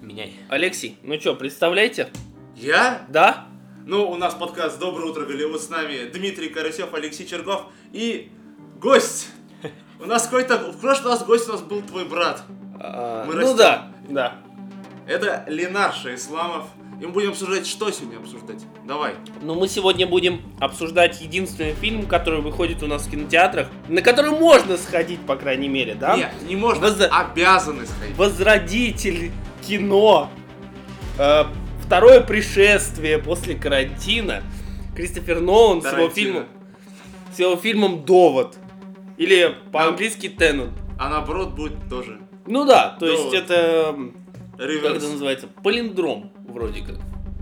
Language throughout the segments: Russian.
меняй. Алексей, ну что, представляете? Я? Да? Ну, у нас подкаст «Доброе утро, Голливуд» с нами Дмитрий Карасев, Алексей Чергов и гость. У нас какой-то... В прошлый раз гость у нас был твой брат. А, Мы ну растем. да, да. Это Ленар Шаисламов. И мы будем обсуждать, что сегодня обсуждать. Давай. Но Ну, мы сегодня будем обсуждать единственный фильм, который выходит у нас в кинотеатрах, на который можно сходить, по крайней мере, да? Нет, не можно. Воз- Обязаны сходить. Возродитель кино. Э, второе пришествие после карантина. Кристофер Нолан с его Тарантино. фильмом, с его фильмом «Довод». Или по-английски «Теннет». А наоборот будет тоже. Ну да, то есть «Довод». это... м, Как это Реверс. называется? Полиндром, вроде как. Да,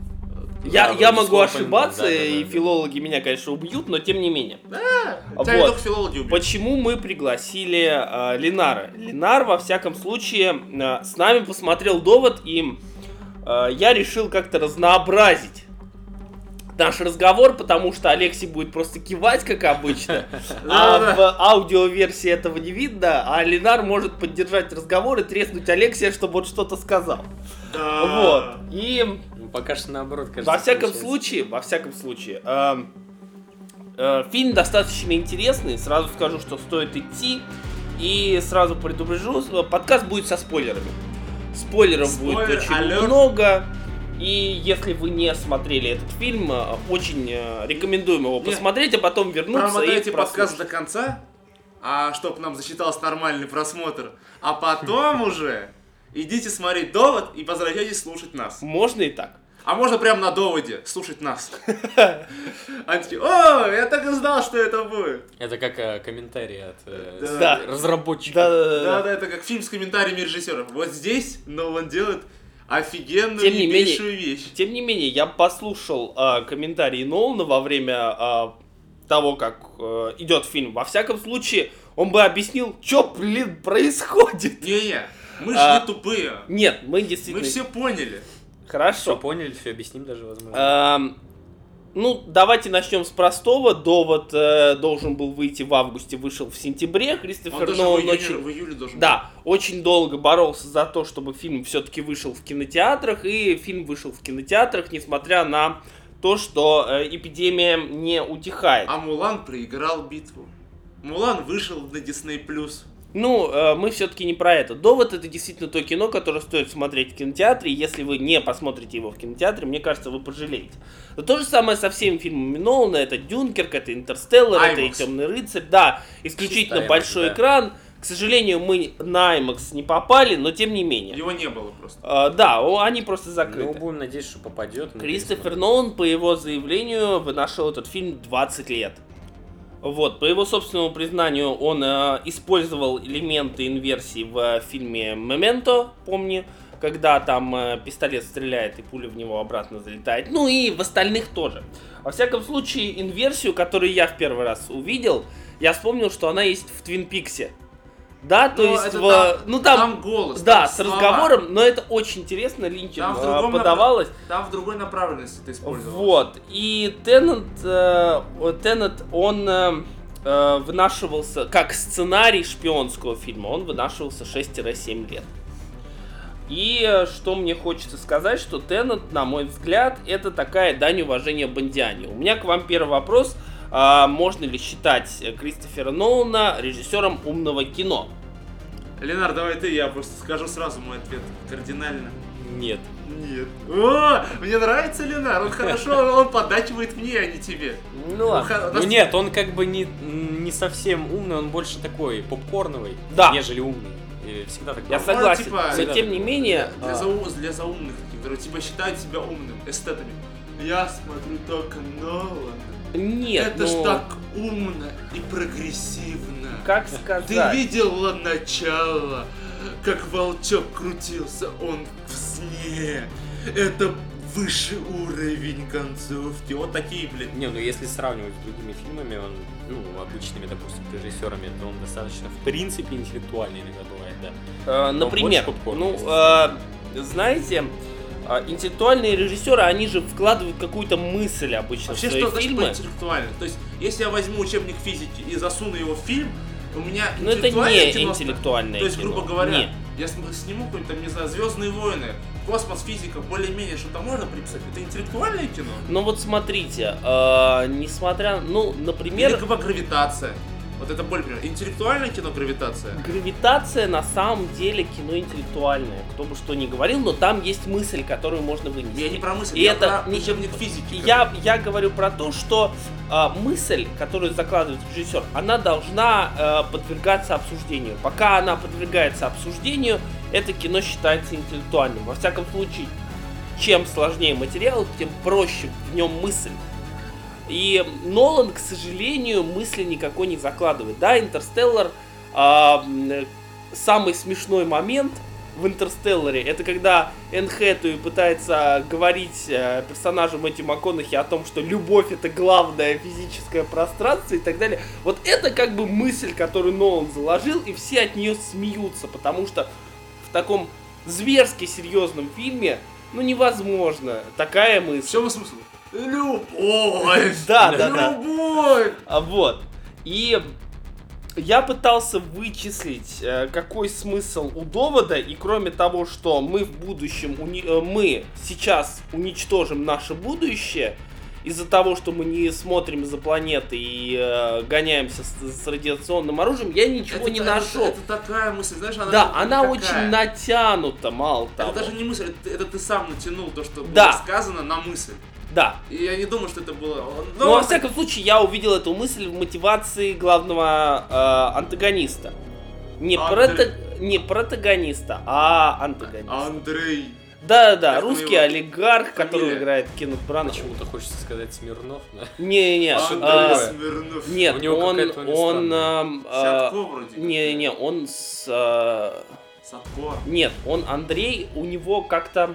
Я, вроде я могу слова ошибаться, полиндром, да, да, и да, да. филологи меня, конечно, убьют, но тем не менее. Тебя и Вот. только филологи убили. Почему мы пригласили э, Ленара? Ленар, во всяком случае, э, с нами посмотрел довод, и э, я решил как-то разнообразить наш разговор, потому что Алексей будет просто кивать, как обычно, а Да-да-да. в аудиоверсии этого не видно, а Ленар может поддержать разговор и треснуть Алексея, чтобы он что-то сказал. Да. А. Вот. И Ну, пока что наоборот, кажется. во всяком получается. случае, во всяком случае, эм, э, фильм достаточно интересный. Сразу скажу, что стоит идти. И сразу предупрежу, э, подкаст будет со спойлерами. Спойлеров Спойлер, будет очень алерт. много. И если вы не смотрели этот фильм, э, очень э, рекомендуем его Не. посмотреть, а потом вернуться и типа Промотайте подкаст прослушать. до конца, а чтобы нам засчитался нормальный просмотр. А потом уже идите смотреть довод и возвращайтесь слушать нас. Можно и так. А можно прямо на доводе слушать нас. Они такие, о, я так и знал, что это будет. Это как э, комментарий от э, Да. с- Да. разработчиков. Да, да, это как фильм с комментариями режиссеров. Вот здесь Нолан делает офигенную, Тем не менее- небейшую вещь. Тем не менее, я послушал э, комментарии Нолана во время э, того, как э, идет фильм. Во всяком случае, он бы объяснил, что, блин, происходит. Не-не, мы же А, не тупые. Нет, мы Мы действительно... все поняли. Все Хорошо. поняли, все объясним даже, возможно. Эм, ну, давайте начнем с простого. Довод э, должен был выйти в августе, вышел в сентябре. Он Кристофер даже в Нолан июне- очень... в июле должен был. Да, очень долго боролся за то, чтобы фильм все-таки вышел в кинотеатрах, и фильм вышел в кинотеатрах, несмотря на то, что э, эпидемия не утихает. А Мулан проиграл битву. Мулан вышел на Disney Плюс. Ну, э, мы все-таки не про это. Довод это действительно то кино, которое стоит смотреть в кинотеатре. и Если вы не посмотрите его в кинотеатре, мне кажется, вы пожалеете. Но то же самое со всеми фильмами Нолана. Это Дюнкерк, это Интерстеллар, это и IMAX. Темный рыцарь. Да, исключительно Чисто IMAX, большой да. экран. К сожалению, мы на IMAX не попали, но тем не менее. Его не было просто. Э, да, о, они просто ну, закрыты. будем надеяться, что попадет. мы Кристофер пересмотрим. Нолан, по его заявлению, вынашивал этот фильм 20 лет. Вот, по его собственному признанию, он э, использовал элементы инверсии в э, фильме «Моменто», помни, когда там э, пистолет стреляет и пуля в него обратно залетает. Ну и в остальных тоже. Во всяком случае, инверсию, которую я в первый раз увидел, я вспомнил, что она есть в «Твин Пиксе». Да, то Но есть, это в, э, ну там, Там голос. да, там с слова. разговором, но это очень интересно, Линчем Там в э, другом направ- подавалось. Там в другой направленности ты использовал. Вот. И Теннет, э, о- Теннет, он э, э, вынашивался, как сценарий шпионского фильма, он вынашивался 6-7 лет. И э, что мне хочется сказать, что Теннет, на мой взгляд, это такая дань уважения Бондиане. У меня к вам первый вопрос. А, можно ли считать э, Кристофера Нолана режиссером умного кино? Ленар, давай ты, я просто скажу сразу мой ответ. Кардинально. Нет. Нет. О, мне нравится Ленар, он хорошо, он подачивает мне, а не тебе. Ну ладно. Ха- у Ну нас- нет, он как бы не, не совсем умный, он больше такой попкорновый, Да. нежели умный. И всегда так. Я было. сог- согласен. типа, Но тем не менее... Для, а, зау- для заумных, таких, которые тебя считают себя умным, эстетами. Я смотрю только Нолана. Нет, Это ж ну, так умно и прогрессивно. Как Ты сказать? видела начало, как волчок крутился он в сне. Это высший уровень концовки. Вот такие, блин. Не, ну если сравнивать с другими фильмами, он, ну, обычными, допустим, режиссерами, то он достаточно, в принципе, интеллектуальный иногда бывает, да. Э, Например, больше попкорна, ну, э, знаете, э, интеллектуальные режиссеры, они же вкладывают какую-то мысль обычно Вообще, в свои что значит фильмы. интеллектуально? То есть, если я возьму учебник физики и засуну его в фильм, у меня Но это интеллектуальное Ну, не кино ста- интеллектуальное То есть, кино. грубо говоря, Не. Я см- сниму какой-нибудь, там, не знаю, Звездные войны, космос, физика, более-менее, что-то можно приписать? Это интеллектуальное кино? Ну вот смотрите, э, несмотря, ну, например, Или какова гравитация? Вот это более пример. Интеллектуальное кино гравитация? Гравитация на самом деле кино интеллектуальное. Кто бы что ни говорил, но там есть мысль, которую можно вынести. Я не про мысль, И я это про не- учебник физики. Я, я говорю про то, что э, мысль, которую закладывает режиссер, она должна э, подвергаться обсуждению. Пока она подвергается обсуждению, это кино считается интеллектуальным. Во всяком случае, чем сложнее материал, тем проще в нем мысль. И Нолан, к сожалению, мысли никакой не закладывает. Да, Интерстеллар а, м, самый смешной момент в Интерстелларе это когда Энн Хэтэуэй пытается говорить э, персонажу Мэтью МакКонахи о том, что любовь это главное физическое пространство и так далее. Вот это как бы мысль, которую Нолан заложил, и все от нее смеются, потому что в таком зверски серьезном фильме ну невозможно такая мысль. В чем смысл? Любовь! Да, да, да. Любовь! А вот. И я пытался вычислить, э, какой смысл у довода, и кроме того, что мы в будущем, уни- э, мы сейчас уничтожим наше будущее, из-за того, что мы не смотрим за планеты и э, гоняемся с, с радиационным оружием, я ничего Это не та- нашел. Это, такая мысль, знаешь, она... да, она такая. очень натянута, мало того. Это даже не мысль, это, это ты сам натянул то, что Да. было сказано на мысль. Да. И я не думаю, что это было... Но, Ну, во всяком случае, я увидел эту мысль в мотивации главного э, антагониста. Не, Антре- прото- не протагониста, а антагониста. Андрей, Да, да, Как там русский его олигарх, который фамилия? играет Кеннет Брана. Почему-то хочется сказать Смирнов, да? Не-не-не. что-то а, Андрей такое. Смирнов. Нет, У него он. какая-то у него Он. странная. эм, а, Садко вроде. как. Не-не-не, он с. а, Садко. Нет, он Андрей, у него как-то...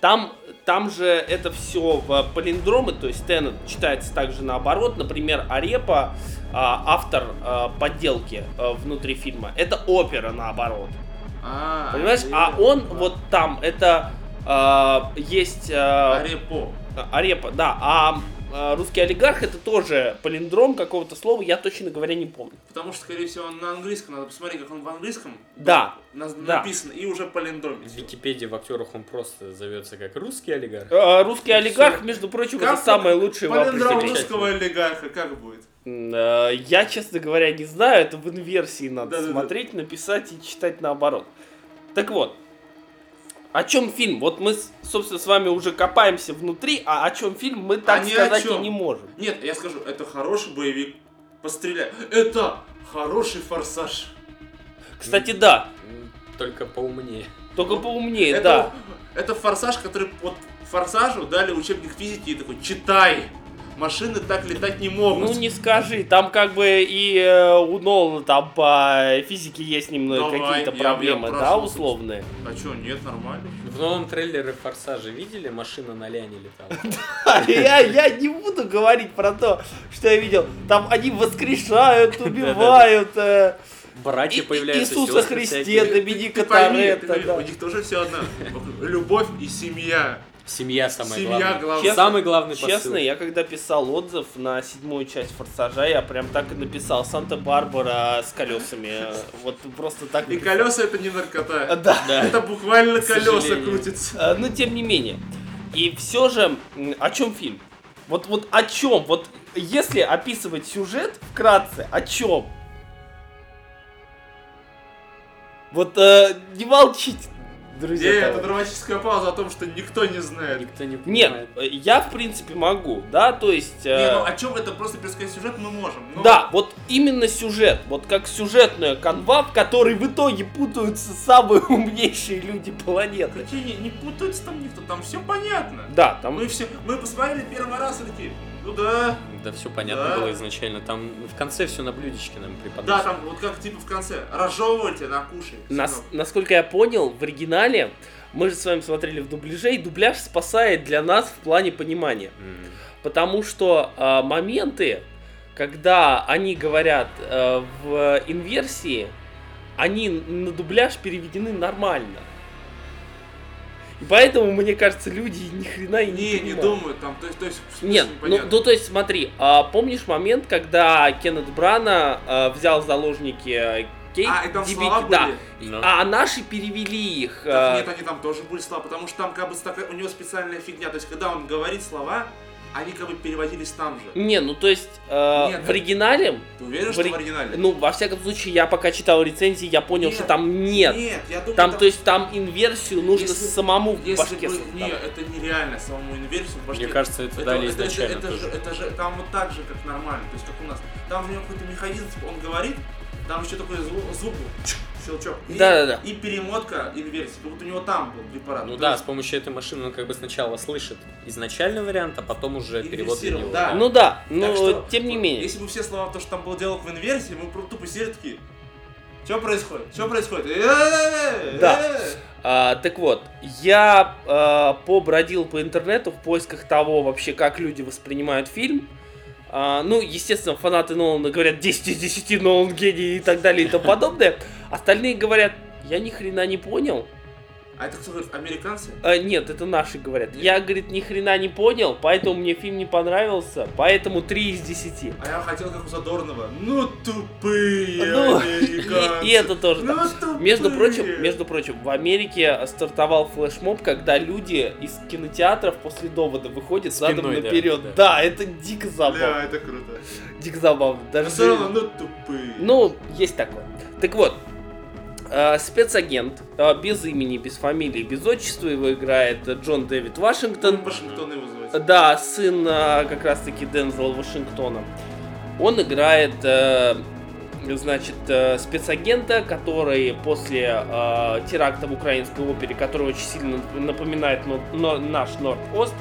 Там, там же это все в палиндромы, то есть Теннет читается также наоборот. Например, Арепа, а, автор а, подделки а, внутри фильма, это опера наоборот. А, Понимаешь? А Андрей. он вот там, это а, есть... а, Арепо. Арепа, да. А а, русский олигарх это тоже палиндром какого-то слова, я точно говоря не помню. Потому что, скорее всего, он на английском. Надо посмотреть, как он в английском Да, на- Да. написано. И уже В палиндромить. Википедии в актерах он просто зовется как русский олигарх. А, русский олигарх, между прочим, это Как самое лучшее в Палиндром определении. русского олигарха. Как будет? М, э, Я, честно говоря, не знаю, это в инверсии надо Да-да-да. смотреть, написать и читать наоборот. Так вот, о чем фильм? Вот мы, с- собственно, с вами уже копаемся внутри, а о чем фильм мы так ни о сказать и чём. не можем. Нет, я скажу, это хороший боевик. Постреляй. Это хороший форсаж. Кстати, да, М, Только поумнее. только поумнее, это, да. Ну, Это форсаж, который вот форсажу дали учебник физики и такой, читай. Машины так летать не могут. Ну не скажи, там как бы и э, у Нолана там по э, физике есть немного Давай, какие-то я- я проблемы, да, прошёл. условные. А чё, нет, нормально. В новом трейлере Форсажа видели? Машина на ляне летала. Я, я не буду говорить про то, что я видел. Там они воскрешают, убивают. э, Братья И- появляются, Иисуса сестры Христе, всякие. Доминика Ты пойми, ты Торетто, пойми, да. у них тоже все одно. Любовь и семья. Семья самая Семья главная. главная. Честно- Самый главный посыл. Честно, я когда писал отзыв на седьмую часть «Форсажа», я прям так и написал «Санта-Барбара с колесами». э, Вот просто так И написал. колеса это не наркота. А, Да. Да. Это буквально К колеса сожалению. крутятся. Э, Но тем не менее. И все же, м, о чем фильм? Вот, вот о чем? Вот если описывать сюжет вкратце, о чем? Вот э, не молчите, друзья. Где товарищи. это драматическая пауза о том, что никто не знает. Никто не понимает. Нет, э, я в принципе могу, да, то есть... э, Не, ну о чем это просто пересказать сюжет мы можем. но- Ну, Да, вот именно сюжет, вот как сюжетная канва, в которой в итоге путаются самые умнейшие люди планеты. Какие не, не путаются там никто, там все понятно. Да, там Мы все, мы посмотрели первый раз и такие, ну да, Да все понятно Да. было изначально. Там в конце все на блюдечке нам преподносят. да, там вот как типа в конце, разжевывайте, на кушай. Нас, сынок». насколько я понял, в оригинале мы же с вами смотрели в дубляже, и дубляж спасает для нас в плане понимания. М. Потому что а, моменты, когда они говорят э, в инверсии, они на дубляж переведены нормально. И поэтому, мне кажется, люди ни хрена и не Не, не понимают. думают, там, то есть, то есть, смысл Нет, ну, непонятный. ну то есть смотри, а, помнишь момент, когда Кеннет Брана а, взял в заложники а, детей. А, и там дебил- слова да. были? Ну. А наши перевели их. Так э, нет, они там тоже были слова, потому что там как бы такая, у него специальная фигня. То есть, когда он говорит слова, они как бы переводились там же. Не, ну то есть э, Нет, в да. оригинале, Ты уверен, В что в ори- оригинале? ну во всяком случае я пока читал рецензии, я понял, Нет. что там нет. Нет, я думаю, Там, то есть, там инверсию нужно Если- самому в если башке бы, не, создавать. это нереально самому инверсию в башке. Мне кажется, это, дали изначально это, тоже. Же, это же там вот так же, как нормально, то есть как у нас. Там у него какой-то механизм, типа, он говорит, там еще такой звук, звук был, чик, щелчок. И- Да-да-да. И перемотка инверсии. Как будто у него там был препарат. Ну То да, с есть помощью этой машины он как бы сначала слышит изначальный вариант, а потом уже перевод для Инверсировал, него. да. Ну да, Так но что, тем не вот, менее. Если бы все слова, то, что там был диалог в инверсии, мы просто тупо сидели такие. Что происходит? Что происходит? э, Э-э-э, Да. э-э». А, так вот, я а, побродил по интернету в поисках того вообще, как люди воспринимают фильм. А, ну, естественно, фанаты Нолана говорят 10 из 10, Нолан гений и так далее и тому подобное. Остальные говорят, я ни хрена не понял. А это кто говорит? Американцы? А, нет, это наши говорят. Я, говорит, ни хрена не понял, поэтому мне фильм не понравился, поэтому 3 из 10. А я хотел как у Задорнова. Ну тупые Ну, американцы. И, и это тоже Ну так. тупые. Между прочим, между прочим, в Америке стартовал флешмоб, когда люди из кинотеатров после довода выходят Спиной, задом да, наперед. да. Да, это дико забавно. Бля, это круто. Дико забавно. Но Даже... все равно, ну тупые. Ну, есть такое. Так вот, э, спецагент э, без имени, без фамилии, без отчества его играет э, Джон Дэвид Вашингтон. Ну, Вашингтон его зовут. Да, сын э, как раз-таки Дензела Вашингтона. Он играет, э, значит, э, спецагента, который после э, теракта в украинской опере, который очень сильно напоминает ну, но- наш Норд-Ост,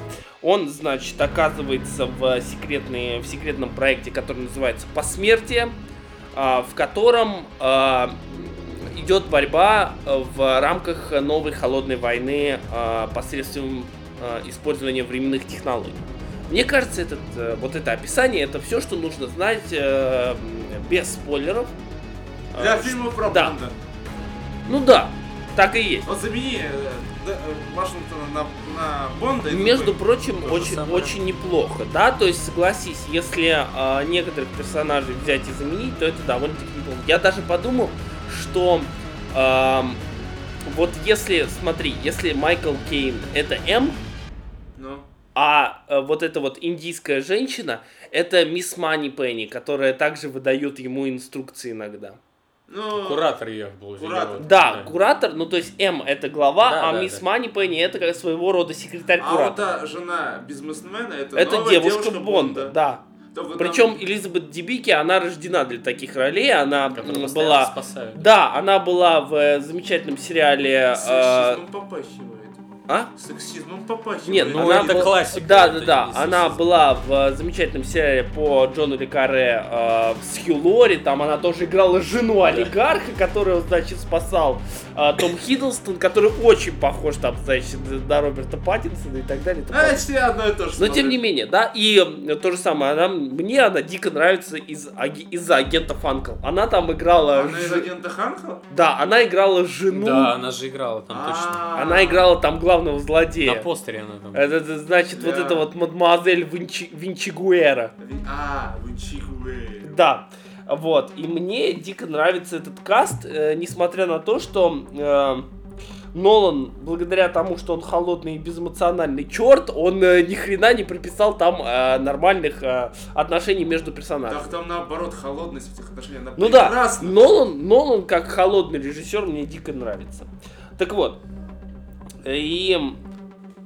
он, значит, оказывается в, секретной, в секретном проекте, который называется «Посмертие», э, в котором э, идет борьба э, в рамках новой холодной войны э, посредством э, использования временных технологий. Мне кажется, этот, э, вот это описание, это все, что нужно знать э, м, без спойлеров. Для Э, фильма про да. Бонда. Ну да, так и есть. Вот замени э, Д- э, Вашингтона на, на Бонда. и Между тупые. прочим, то же очень, самое. очень неплохо, да, то есть согласись, если а, некоторых персонажей взять и заменить, то это довольно-таки неплохо. Я даже подумал, что ам, вот если, смотри, если Майкл Кейн это М, Ну. а э, вот эта вот индийская женщина это мисс Мани Пенни, которая также выдает ему инструкции иногда. Ну, Куратор ее был. Куратор. или вот, Да, куратор, ну то есть М это глава, Да, а да, мисс да. Мани Пенни это как своего рода секретарь А вот куратора. та жена бизнесмена, это, это новая девушка, Бонда, да. Ну, Только Причем там- Элизабет Дебики, она рождена для таких ролей, она м, Которая была... была... спасают. Да, она была в э, замечательном сериале... э, Сексизмом попахивает. а? Сексизмом попахивает. Нет, Ну, ну она это была- классика, Да, это да, да. не Она сексизм. была в э, замечательном сериале по Джону Ле Карре э, с Хью Лори. Там она тоже играла жену олигарха, которую, значит, спасал э, Том Хиддлстон, который очень похож там, значит, на Роберта Паттинсона и так далее. и тому А, подобное. это все одно и то же. Но тем смотрю. Ну, не менее, да, и э, то же самое, она, мне она дико нравится из, аги- из-за агента Фанкл. Она там играла... Она из ж- А агента Ханка? Да, она играла жену, Да, она же играла там точно. А. она играла там главного злодея. На постере она там. Это, это значит, вот Да. это вот мадемуазель Винчи, Винчигуэра. А, вы чигуэй. Да, вот. И мне дико нравится этот каст, э, несмотря на то, что э, Нолан, благодаря тому, что он холодный и безэмоциональный черт, он э, ни хрена не прописал там э, нормальных э, отношений между персонажами. Так там наоборот холодность в этих отношениях. Она Ну да, прекрасна. Нолан, Нолан как холодный режиссер мне дико нравится. Так вот, и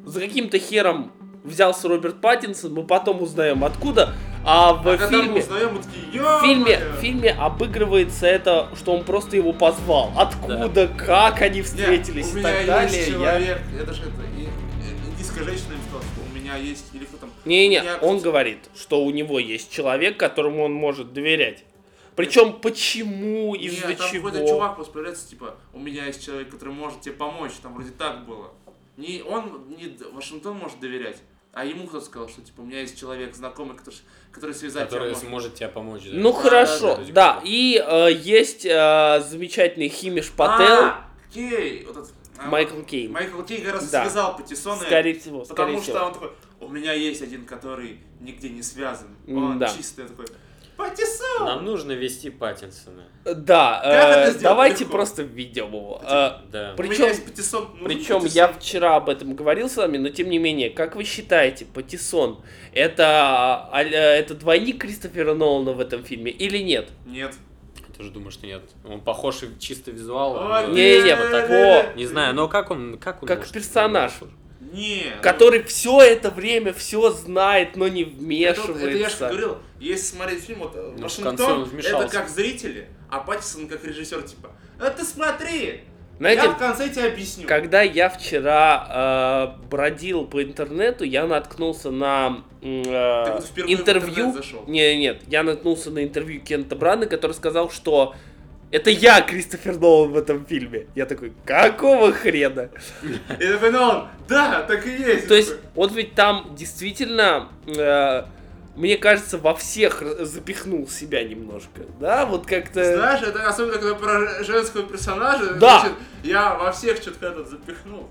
за каким-то хером взялся Роберт Паттинсон, мы потом узнаем откуда, а в А когда мы фильме... узнаем, мы такие, В фильме, «Ё-моё». в фильме обыгрывается это, что он просто его позвал. Откуда, как они Не, встретились у и меня так есть далее. я- человек, я даже это, и- и- индийская женщина им сказала, что у меня есть, или кто там, Не-не, Я- он говорит, что у него есть человек, которому он может доверять. Причем почему, из-за Нет, там чего. какой-то чувак воспринимается, типа, у меня есть человек, который может тебе помочь, там вроде так было. Не он, не Д- Вашингтон может доверять, а ему кто-то сказал, что, типа, у меня есть человек знакомый, который, который связать тебя Которая может. сможет тебе помочь. да. Ну Да, хорошо, да, да. да. И э, есть э, замечательный Химиш Пател, А, Кей, вот этот, а, Майкл Кейн. Майкл Кей гораздо Да. связал Патиссона, Скорее всего, потому скорее что всего. он такой, у меня есть один, который нигде не связан, М, он да. чистый, я такой, Патиссон! Нам нужно вести Паттинсона. Да, Как э, это сделать давайте легко? просто введем его. Типа, Э, Да. У При- меня причем- есть Патиссон. нужен Причем Патиссон? я вчера об этом говорил с вами, но тем не менее, как вы считаете, Патиссон это, а, э, это двойник Кристофера Нолана в этом фильме или нет? Нет. Я тоже думаю, что нет. Он похож и чисто визуал. О, не- не-не-не, вот так, о. Не знаю, но как он... Как, он Как может- персонаж. Не. Который все это время все знает, но не Это, вот- это я же вмешивается. говорил, если смотреть фильм, вот Ну, э, в конце он Вашингтон, это вмешался. как зрители, а Паттисон как режиссер, типа, «А ты смотри, я Знаете, в конце тебе объясню. когда я вчера э, бродил по интернету, я наткнулся на м, э, Ты вот впервые в интервью. интернет зашел. Не, нет, я наткнулся на интервью Кента Брана, который сказал, что это я, Кристофер Нолан в этом фильме. Я такой, какого хрена? И такой, «Нолан, да, так и есть. То есть, вот ведь там действительно, э, мне кажется, во всех р- запихнул себя немножко, да, вот как-то... Знаешь, это особенно когда про женского персонажа. э, Да. значит, я во всех что-то этот запихнул.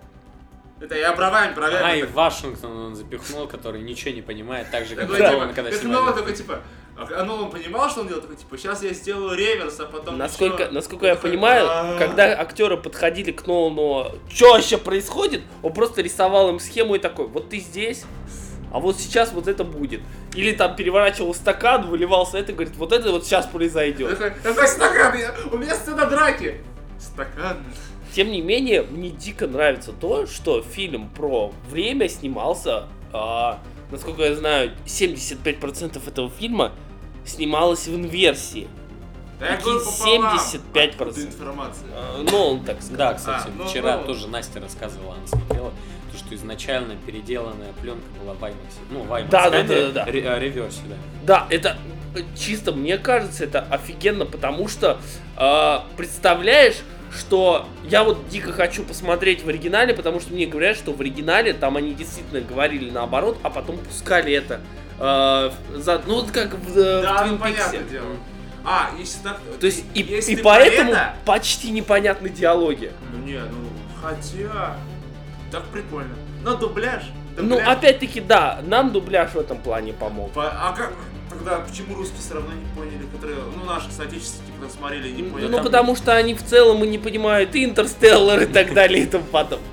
Это я бровами, бровями. А, и Вашингтон он запихнул, который ничего не понимает, так же, как Такой, и Нолан, типа, когда пихнул, снимали. такой, типа, а Нолан понимал, что он делал, такой, типа, сейчас я сделаю реверс, а потом Насколько, еще». насколько я Такой, понимаю, «А-а-а». когда актеры подходили к Нолану, что вообще происходит, он просто рисовал им схему и такой, вот ты здесь, а вот сейчас вот это будет. Или там переворачивал стакан, выливался это, говорит, вот это вот сейчас произойдет. Такой, такой, стакан, я- у меня сцена драки. Стакан. Тем не менее, мне дико нравится то, что фильм про время снимался, а, насколько я знаю, 75% этого фильма снималось в инверсии. Да я Какие говорю пополам. 75%. Откуда информация. А, Ну, он так сказал. Да, кстати, А, ну, вчера ну. тоже Настя рассказывала, она смотрела, то, что изначально переделанная пленка была в IMAX. Ну, в IMAX. Да, да, камере, да, да, да. ре- э, реверсе, да. Да, это э, чисто, мне кажется, это офигенно, потому что а, представляешь, что я вот дико хочу посмотреть в оригинале, потому что мне говорят, что в оригинале там они действительно говорили наоборот, а потом пускали это. э, в- за- ну, вот как в, э, в Да, ну Twin понятное Peaks'е. дело. А, если так... То есть и, если и ты про поэтому это- почти непонятны диалоги. Ну не, ну, хотя... Так прикольно. Но дубляж. Ну, дубляж. опять-таки, да, нам дубляж в этом плане помог. По- А как тогда, почему русские все равно не поняли, которые, ну, наши соотечественники, которые смотрели, не поняли? ну, потому что они в целом и не понимают и Интерстеллар и так далее и тому подобное.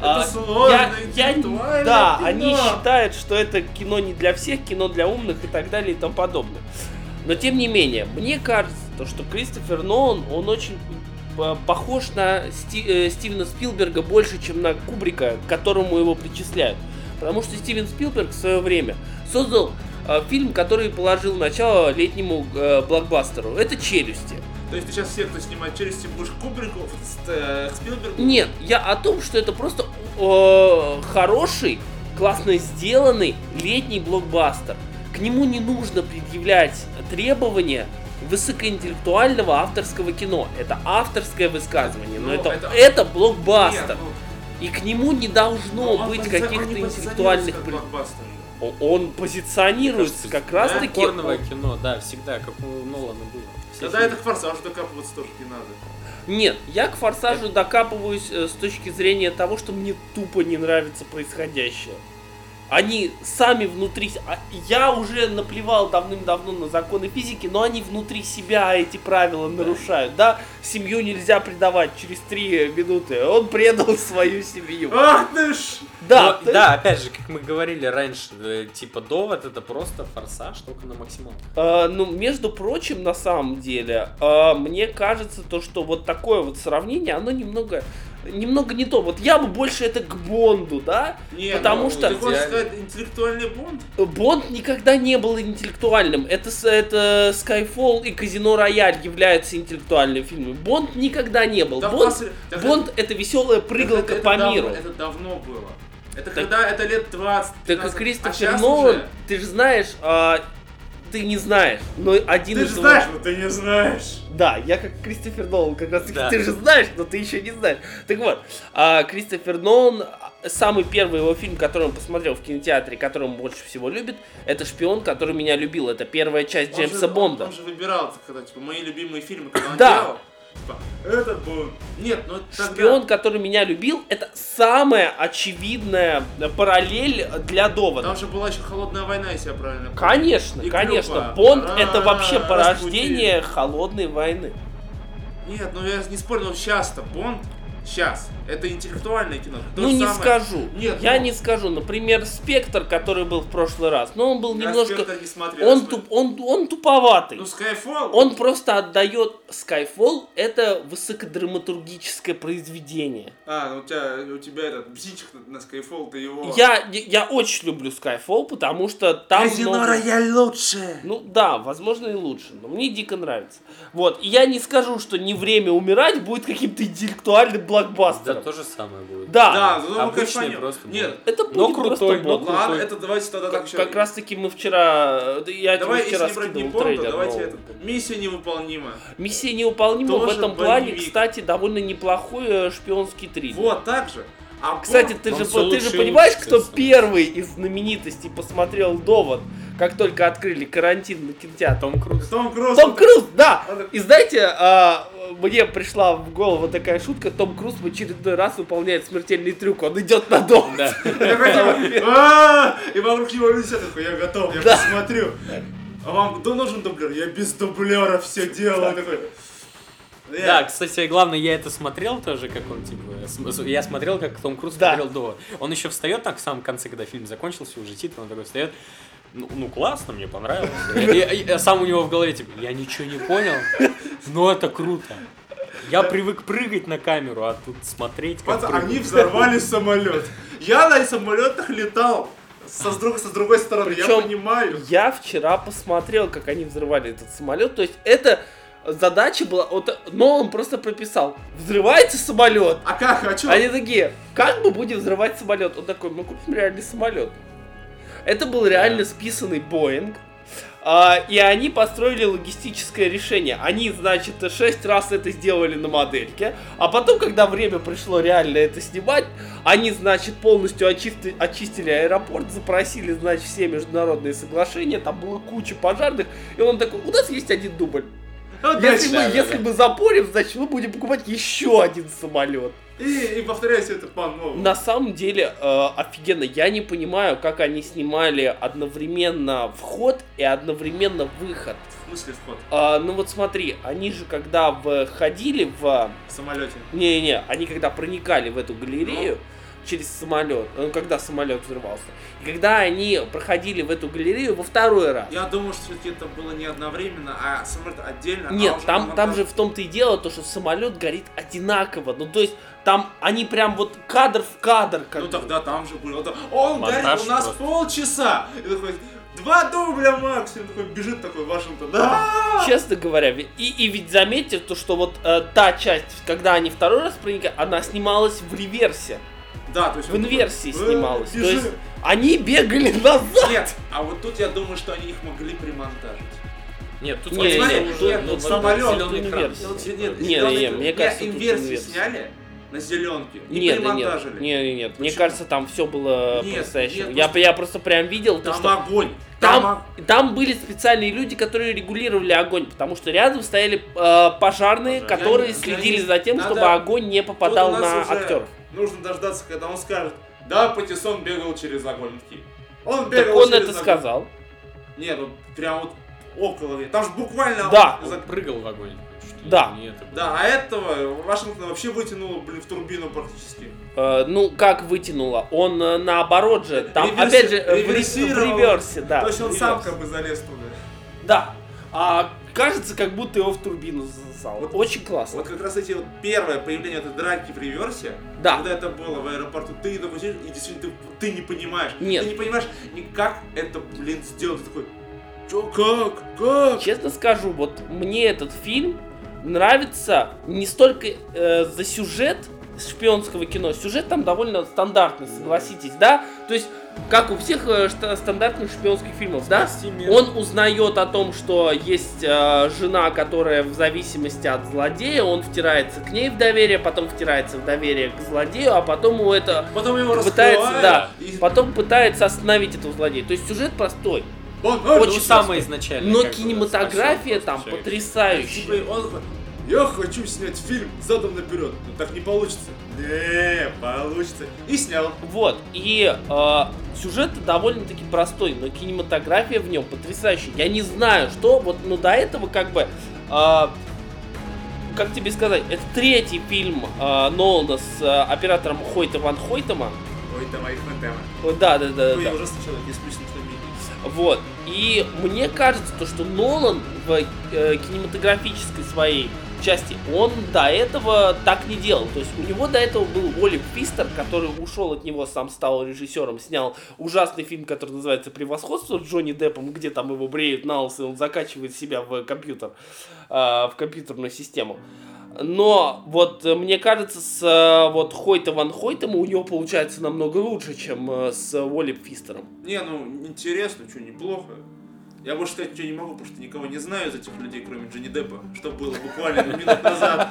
Это А, сложно, я- я- интеллектуальное Да, кино. они считают, что это кино не для всех, кино для умных и так далее и тому подобное. Но тем не менее, мне кажется, то, что Кристофер Нолан, он очень э, похож на Сти- э, Стивена Спилберга больше, чем на Кубрика, к которому его причисляют. Потому что Стивен Спилберг в свое время создал э, фильм, который положил начало летнему э, блокбастеру. Это «Челюсти». То есть ты сейчас все, кто снимает челюсти, будешь к Кубрику, с- э, к Спилбергу? Нет, я о том, что это просто э, хороший, классно сделанный летний блокбастер. К нему не нужно предъявлять требования высокоинтеллектуального авторского кино. Это авторское высказывание, но Ну, это, это... это- блокбастер. Нет, ну, И к нему не ну, должно он быть пози- он каких-то не позиционируется интеллектуальных... как пред- блокбастер. О- Он позиционируется Мне кажется, как да, раз-таки... Попкорновое кино, да, всегда, как у Нолана было. Все Тогда фильмы. это к форсажу докапываться тоже не надо. Нет, я к форсажу докапываюсь э, с точки зрения того, что мне тупо не нравится происходящее. Они сами внутри... с- а Я уже наплевал давным-давно на законы физики, но они внутри себя эти правила нарушают. Да, семью нельзя предавать через три э, минуты. Он предал свою семью. Ах ты ж! Да, Но- то Ну, да, опять же, как мы говорили раньше, э, типа довод это просто форсаж, только на максимум. Э, ну, между прочим, на самом деле, э, мне кажется, то, что вот такое вот сравнение, оно немного, немного не то. Вот я бы больше это к Бонду, да? Не, Потому ну, что- Ты хочешь Идеально. сказать, интеллектуальный бонд? Бонд никогда не был интеллектуальным. Это, с- это Skyfall и Казино Рояль являются интеллектуальными фильмами. Бонд никогда не был. Да Бонд, после- да Бонд это веселая это- прыгалка это по давно- миру. Это давно было. Это когда, это лет 20 Так как 15. а Кристофер щас Нолан, уже- ты же знаешь, а, ты не знаешь, но один Ты из же его- знаешь, но ты не знаешь. Да, я как Кристофер Нолан, как раз таки, Да. ты же знаешь, но ты еще не знаешь. Так вот, а, Кристофер Нолан, а, самый первый его фильм, который он посмотрел в кинотеатре, который он больше всего любит, это «Шпион, который меня любил». Это первая часть Он Джеймса же- Бонда. Он же выбирал, когда, типа, мои любимые фильмы, когда он Да. делал. Типа, этот был... Нет, ну это тогда- Шпион, который меня любил, это самая очевидная параллель для довода. Там же была еще холодная война, если я правильно помню. Конечно, И А, конечно, Клюпа. Бонд Ра- это вообще Распутин. порождение холодной войны. Нет, ну я не спорю, но сейчас-то Бонд, сейчас, это интеллектуальное кино. То ну же не самое. скажу, Нет, я ну, не скажу. Например, Спектр, который был в прошлый раз, но он был я немножко, «Спектр» не смотрел. он туп, он он туповатый. Ну, Skyfall, Он просто отдает Skyfall это высокодраматургическое произведение. А, ну у тебя, у тебя этот бзичик на, на Skyfall, ты его... Я я очень люблю Skyfall, потому что там много- Рояль лучше! Ну да, возможно и лучше, но мне дико нравится. Вот, и я не скажу, что не время умирать будет каким-то интеллектуальным Да, блокбастером. то же самое будет. Да. Да, ну ну, Обычный кайфанем. просто Нет, Это Но будет крутой, просто но бомба. крутой. ладно, это давайте тогда так Как, еще... как раз таки мы вчера, да я тебе Давай, вчера если не брать не скидывал Бонда, трейлер. давайте нового. этот... Миссия невыполнима. Миссия невыполнима в Тоже этом плане, боевик. кстати, довольно неплохой э, шпионский триллер. Вот так же. А Бонд- Кстати, ты Он же, всё ты лучше же и понимаешь, лучше, кто конечно. первый из знаменитостей посмотрел довод, как только открыли карантин на кинотеатр? Том Круз. Том Круз... Том Круз, да! Он И такой, знаете, а, мне пришла в голову такая шутка, Том Круз в очередной раз выполняет смертельный трюк, он идет на дом. Да. такой, типа, «А-а-а!» И вокруг него люди все такой, я готов, я Да. посмотрю. А вам кто нужен дублер? Я без дублера все делаю. Он такой, «Э, Да, кстати, главное, я это смотрел тоже, как он, типа, см- с- я смотрел, как Том Круз Да. смотрел до. Он еще встает так в самом конце, когда фильм закончился, уже титр, он такой встает. Ну, ну, классно, мне понравилось. Я- я- я сам у него в голове, типа, я ничего не понял, но это круто. Я привык прыгать на камеру, а тут смотреть, как Пац, прыгают. они взорвали самолет. Я на самолетах летал. Со, с друг- со другой стороны, я Причём понимаю. Я вчера посмотрел, как они взрывали этот самолет, то есть это задача была, вот, но он просто прописал, взрывается самолет, А как, а чё? Они такие, как мы будем взрывать самолет? Он такой, мы купим реальный самолет. Это был реально Да. списанный Боинг. а, и они построили логистическое решение. Они, значит, шесть раз это сделали на модельке, а потом, когда время пришло реально это снимать, они, значит, полностью очисти- очистили аэропорт, запросили, значит, все международные соглашения, там было куча пожарных, и он такой, у нас есть один дубль. Ну, Если дальше. мы, если мы запорим, значит, мы будем покупать еще один самолет. И, и повторяю все это по-новому. На самом деле, э, офигенно, я не понимаю, как они снимали одновременно вход и одновременно выход. В смысле вход? А, ну вот смотри, они же когда входили в... В самолете. Не-не, они когда проникали в эту галерею через самолет, ну когда самолет взрывался, и когда они проходили в эту галерею во второй раз. Я думаю, что все-таки это было не одновременно, а самолет отдельно. а Нет, уже там, команда- там же в том-то и дело, то, что самолет горит одинаково. Ну, то есть, там они прям вот кадр в кадр. Как Ну бы. тогда там же было. да. Он Монтаж горит, у нас просто. полчаса. И такой, два дубля макс. И он такой бежит такой в Вашингтон. Да! Честно говоря, ви- и, и ведь заметьте, то, что вот э, та часть, когда они второй раз проникали, она снималась в реверсе. Да, то есть В он такой, инверсии «Э, снималась. То бежит». есть они бегали назад. Нет, а вот тут я думаю, что они их могли примонтажить. Нет, тут Не, скорее не, всего, не, уже, тут ну, вот самолет, зелёный тут экран. университет. Ну, Нет, нет, Не, зеленый- не, мне кажется, тут инверсии инверсия. сняли на зеленке и Нет, да нет, примонтажили. нет, нет, нет. Мне Почему? кажется, там все было Нет, по-настоящему. нет, я, просто- я просто прям видел то, Там что огонь. там, о- там были специальные люди, которые регулировали огонь, потому что рядом стояли э, пожарные, Пожарные. которые Я не- я следили не- за тем, надо- чтобы огонь не попадал тут у на нас уже актеров. Нужно дождаться, когда он скажет, да, Патиссон бегал через огонь. Такие, Он бегал Так он через это огонь». сказал. Нет, вот прям вот около. Там же буквально... Да. он за- Он прыгал в огонь. Что Да. мне это было? Да, а этого Вашингтона вообще вытянуло, блин, в турбину практически. Э, ну, как вытянуло? Он э, наоборот же, там, Реверси- опять же, э, в, ре- в реверсировал. реверсе, да. То есть он в сам реверсе. как бы залез туда. Да. А кажется, как будто его в турбину засосало. Вот- Очень классно. Вот как раз эти вот первое появление этой драки в реверсе, Да. когда это было в аэропорту, ты такой сидишь, и действительно ты, ты не понимаешь. Нет. Ты не понимаешь, ни- как это, блин, сделано. Ты такой, чё, как, как? Честно скажу, вот мне этот фильм нравится не столько э, за сюжет шпионского кино. Сюжет там довольно стандартный, согласитесь, да? То есть, как у всех э, шта- стандартных шпионских фильмов, да? Спасти мир. Он узнает о том, что есть э, жена, которая в зависимости от злодея, он втирается к ней в доверие, потом втирается в доверие к злодею, а потом у это Потом его пытается, раскрывают, да, и потом пытается остановить этого злодея. То есть сюжет простой, он, То он, ну же очень самое изначально. но как бы, да, кинематография спасён там просто человек. потрясающая. типа, он такой, я хочу снять фильм задом наперед. Но так не получится. Не, получится. И снял. Вот, и э, сюжет довольно-таки простой, но кинематография в нем потрясающая. Я не знаю, что, вот, но до этого как бы, э, как тебе сказать, это третий фильм э, Нолана с э, оператором Хойта Ван Хойтема. Ой, давай, фантема. Вот, Да, да, да, да. Ой, да. я ужасный человек, я сплюсь на фамилии. Вот. И мне кажется, то, что Нолан в э, кинематографической своей части, он до этого так не делал. То есть у него до этого был Оли Пистер, который ушел от него, сам стал режиссером, снял ужасный фильм, который называется «Превосходство» с Джонни Деппом, где там его бреют на лысо, и он закачивает себя в компьютер, э, в компьютерную систему. Но вот э, мне кажется, с э, вот Хойта Ван Хойтом у него получается намного лучше, чем э, с Уолли Пистером. Не, ну, интересно, что, неплохо. Я больше сказать ничего не могу, потому что никого не знаю из этих людей, кроме Джонни Деппа, что было буквально минут назад.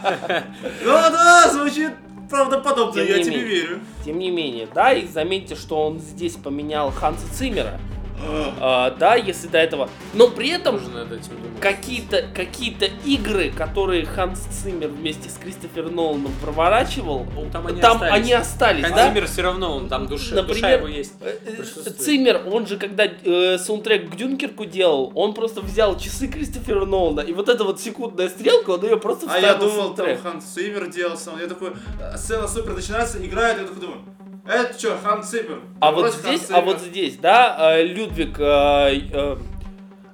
Ну да, звучит правдоподобно, Тем я не тебе менее. верю. Тем не менее, да, и заметьте, что он здесь поменял Ханса Циммера. А, А, да, если до этого. Но при этом Тоже над этим думать. какие-то какие игры, которые Ханс Циммер вместе с Кристофером Ноланом проворачивал, Там они там остались. они остались, да? Хантимер все равно, он там душа, душа Например, его есть. Э, э, присутствует. Циммер, он же когда э, саундтрек к Дюнкерку делал, он просто взял часы Кристофера Нолана, и вот эта вот секундная стрелка, он ее просто А вставил я в думал, там саундтрек. Ханс Циммер делал сам. Я такой, э, сцена супер начинается, играет, я такой думаю, это что, Ханс Циммер? А вот Вроде Ханс здесь, а Циммер. вот здесь, да, э, Людвиг э, э,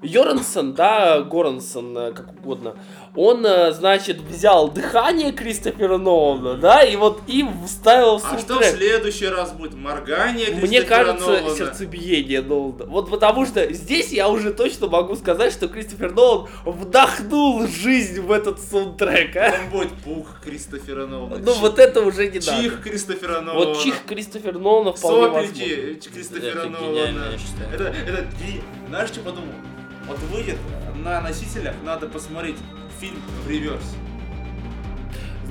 Йоренсон, да, Горансон, э, как угодно, он, э, значит, взял дыхание Кристофера Нолана, да, и вот и вставил в А что в саундтрек. следующий раз будет? Моргание Мне Кристофера кажется, Нолана? сердцебиение Нолана. Вот потому что здесь я уже точно могу сказать, что Кристофер Нолан вдохнул жизнь в этот саундтрек, а. Там будет пух Кристофера Нолана. Ну чи- вот это уже не надо. Чих Кристофера Нолана. Вот чих Кристофера Нолана вполне возможно. Сопельки Кристофера Это гениально, Нолана. я считаю. Это, это, ги- знаешь, что подумал? Вот выйдет на носителях, надо посмотреть фильм в реверс.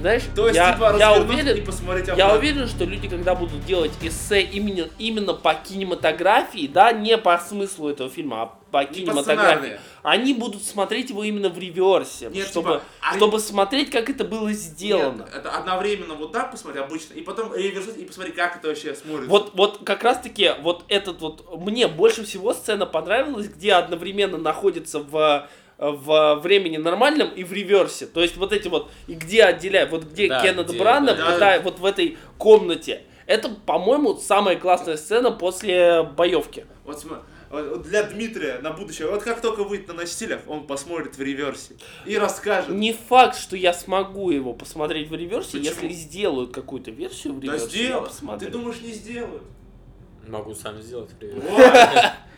Знаешь, То есть, я, типа, я развернуть уверен, и посмотреть Я обратно. уверен, что люди, когда будут делать эссе именно, именно по кинематографии, да, не по смыслу этого фильма, а по Не кинематографии, пацанарные. они будут смотреть его именно в реверсе, Нет, чтобы, типа, а- чтобы смотреть, как это было сделано. Нет, это одновременно вот так посмотреть обычно, и потом реверсить и посмотри, как это вообще смотрится. Вот, вот как раз таки, вот этот вот, мне больше всего сцена понравилась, где одновременно находится в в времени нормальном и в реверсе. То есть вот эти вот, и где отделяют, вот где Да, Кеннет где, Брана, да. пытая- вот в этой комнате. Это, по-моему, самая классная сцена после боевки. Вот см- вот- вот для Дмитрия на будущее, вот как только выйдет на носителях, он посмотрит в реверсе и расскажет. Не факт, что я смогу его посмотреть в реверсе, Почему? если сделают какую-то версию в Да реверсе, я сделают. посмотрю. Ты думаешь, не сделают? Могу сам сделать привет. О,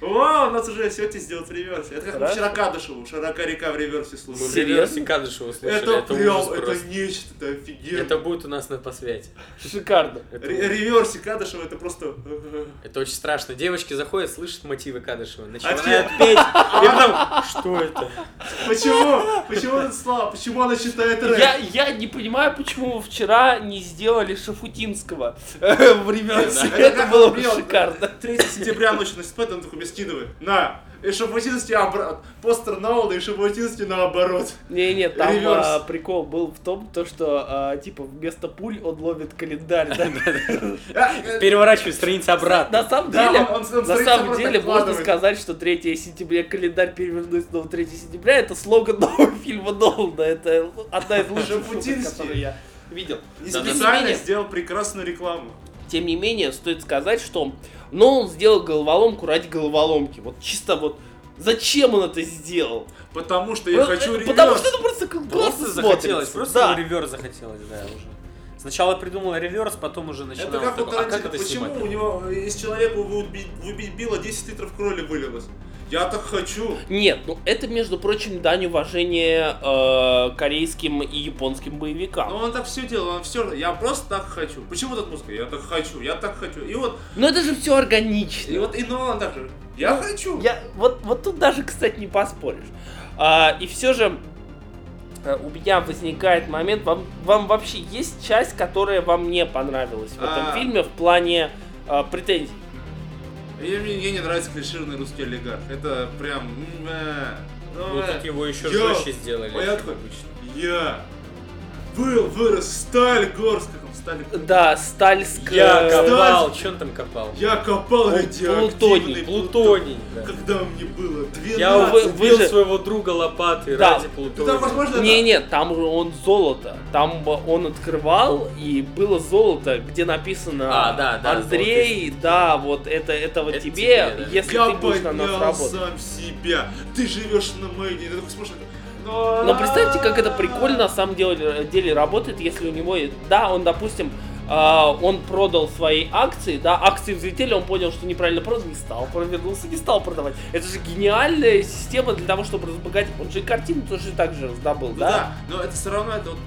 О, у нас уже сегодня сделают в реверсе. Это как мы Хорошо. вчера Кадышеву, широка река в реверсе слушали. Мы в Серьезно? реверсе Кадышева слушали, Это, это, ужас прям, это просто. нечто, это офигенно. Это будет у нас на посвяти. Шикарно. Это, Ре- Реверси Кадышева, это просто... это очень страшно. Девочки заходят, слышат мотивы Кадышева, начинают че? петь. И потом, что это? Почему? Почему это слава? Почему она читает рэп? Я, я не понимаю, почему вы вчера не сделали Шафутинского в реверсе. Это Это как было он бы пел. шикарно. 3 сентября ночью на спать, он такой мне скидывает. На! И Шабутинский обратно. Постер Нолана и Шабутинский наоборот. Не-не, там Реверс. а, прикол был в том, то, что а, типа вместо пуль он ловит календарь. да. А, э, Переворачивай страницу обратно. На самом Да, деле, он- он- он на страницы самом просто деле можно откладывает. сказать, что 3 сентября календарь перевернуть снова 3 сентября это слоган нового фильма Нолана. Это одна из лучших шуток, Шафутинский. которые я видел. Не Да, да. специально сделал прекрасную рекламу. Тем не менее, стоит сказать, что Нолан сделал головоломку ради головоломки. Вот чисто вот зачем он это сделал? Потому что я Вот, хочу э, Потому реверс. что это просто классно Просто смотрится. захотелось, просто да. реверс захотелось, да, уже. Сначала придумал реверс, потом уже начинал. Это ну, как у такой, а Тарантино. это Почему снимать? у него э, из человека вы убить, вы убить Билла 10 литров крови вылилось? Я так хочу. Нет, ну это, между прочим, дань уважения э, корейским и японским боевикам. Но Но, Ну, он так все делал, он все. Я просто так хочу. Почему тут музыка? Я так хочу, я так хочу. И вот, это же все органично. и вот и Нолан так же. Я хочу. Ну, Я, вот, вот тут даже, кстати, не поспоришь. А, и все же э, у меня возникает момент, вам, вам вообще есть часть, которая вам не понравилась в этом А. фильме в плане э, претензий? И мне, мне не нравится клишированный русский олигарх. Это прям. м, э, ну, Ну, э, тут его еще Йо! жестче сделали, Понятно? чем обычно. Я был, вырос, сталь, горст, как он, сталь. Да, Стальск. Я э, копал, что он там копал? Я копал радиоактивный плутоний, Плутоний. да. Когда мне было 12. Я вы- убил же- своего друга лопатой Да. Ну, ради там, плутония. возможно, Не, да. не, там же он золото. Там бы он открывал, и было золото, где написано А, да, да, Андрей, да, вот это, это вот Это тебе, тебе, да. если Я ты будешь на нас поднял работать. сам себя. Ты живешь на майне. Ты такой смотришь, «Ну, Но представьте, как это прикольно на самом деле, э, деле работает, если у него, и- да, он, допустим, а, он продал свои акции, да, акции взлетели, он понял, что неправильно продал, не стал, провернулся, не стал продавать. Это же гениальная система для того, чтобы разбогатеть. Он же и картину тоже так же раздобыл, Ну да? да, но это все равно это вот,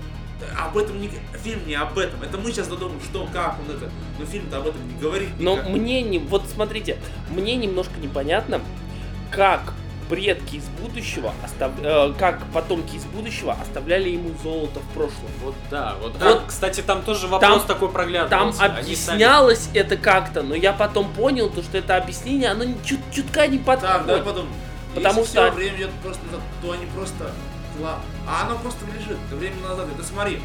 об этом не г- фильм не об этом. Это мы сейчас додумаем, что, как он это. Но фильм-то об этом не говорит. Но никак. мне не... Вот смотрите, мне немножко непонятно, как предки из будущего, остав- э, как потомки из будущего оставляли ему золото в прошлом. Вот да, вот Вот- да. Кстати, там тоже вопрос Там- такой Там проглядывался. Они сами- объяснялось это как-то, но я потом понял, то, что это объяснение, оно не- чут- чутка не Да, да, подходит. потом. Потому если что- всё время идет просто назад, то они просто. кла- А оно просто лежит время назад. Это смотри.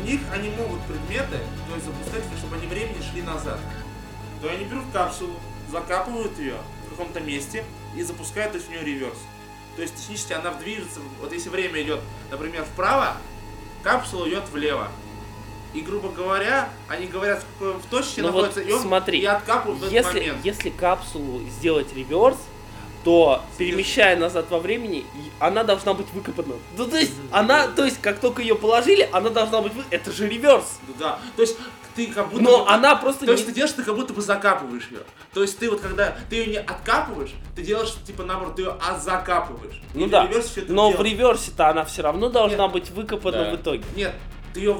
У них они могут предметы, то есть запускать, чтобы они времени шли назад. То они берут капсулу, закапывают ее в каком-то месте и запускают то есть, в нее реверс. То есть технически она движется, вот если время идет, например, вправо, капсула идет влево. И, грубо говоря, они говорят, в какой- в точке Ну вот находится, и он- смотри, и откапывают в этот Если, момент. если капсулу сделать реверс, то перемещая назад во времени, и- она должна быть выкопана. Ну, то есть, она, то есть, как только ее положили, она должна быть вы... Это же реверс. Ну Да, то есть ты как будто... Но бы- она просто Ну, То не... есть ты делаешь, ты как будто бы закапываешь ее. То есть ты вот когда ты ее не откапываешь, ты делаешь типа наоборот, ты ее а закапываешь. Ну Или да, реверс всё это Но в делаешь. реверсе-то она все равно должна быть выкопана Да. в итоге. Нет, ты ее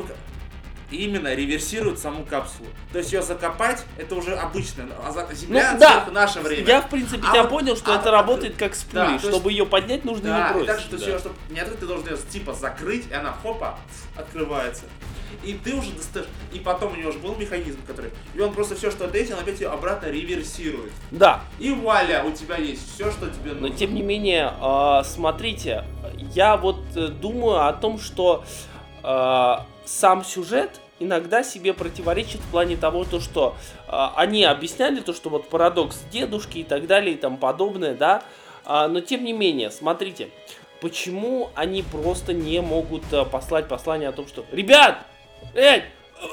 именно реверсирует саму капсулу. То есть ее закопать это уже обычно. А за- Земля Ну да, это в наше время. Я, в принципе, А тебя вот- понял, что а это вот- работает как с да, пулей. то есть- Чтобы ее поднять, нужно Да, ее и бросить. так что да. все, чтобы не открыть, ты должен ее типа закрыть, и она хопа открывается. И ты уже достаешь. И потом у него же был механизм, который. И он просто все, что ответил, он опять ее обратно реверсирует. Да, И вуаля, у тебя есть все, что тебе но нужно. тем не менее, а, смотрите, я вот э, думаю о том, что а, сам сюжет иногда себе противоречит в плане того, то, что а, они объясняли то, что вот парадокс дедушки и так далее и тому подобное, да, А, но тем не менее, смотрите, почему они просто не могут э, послать послание о том, что «Ребят, эй,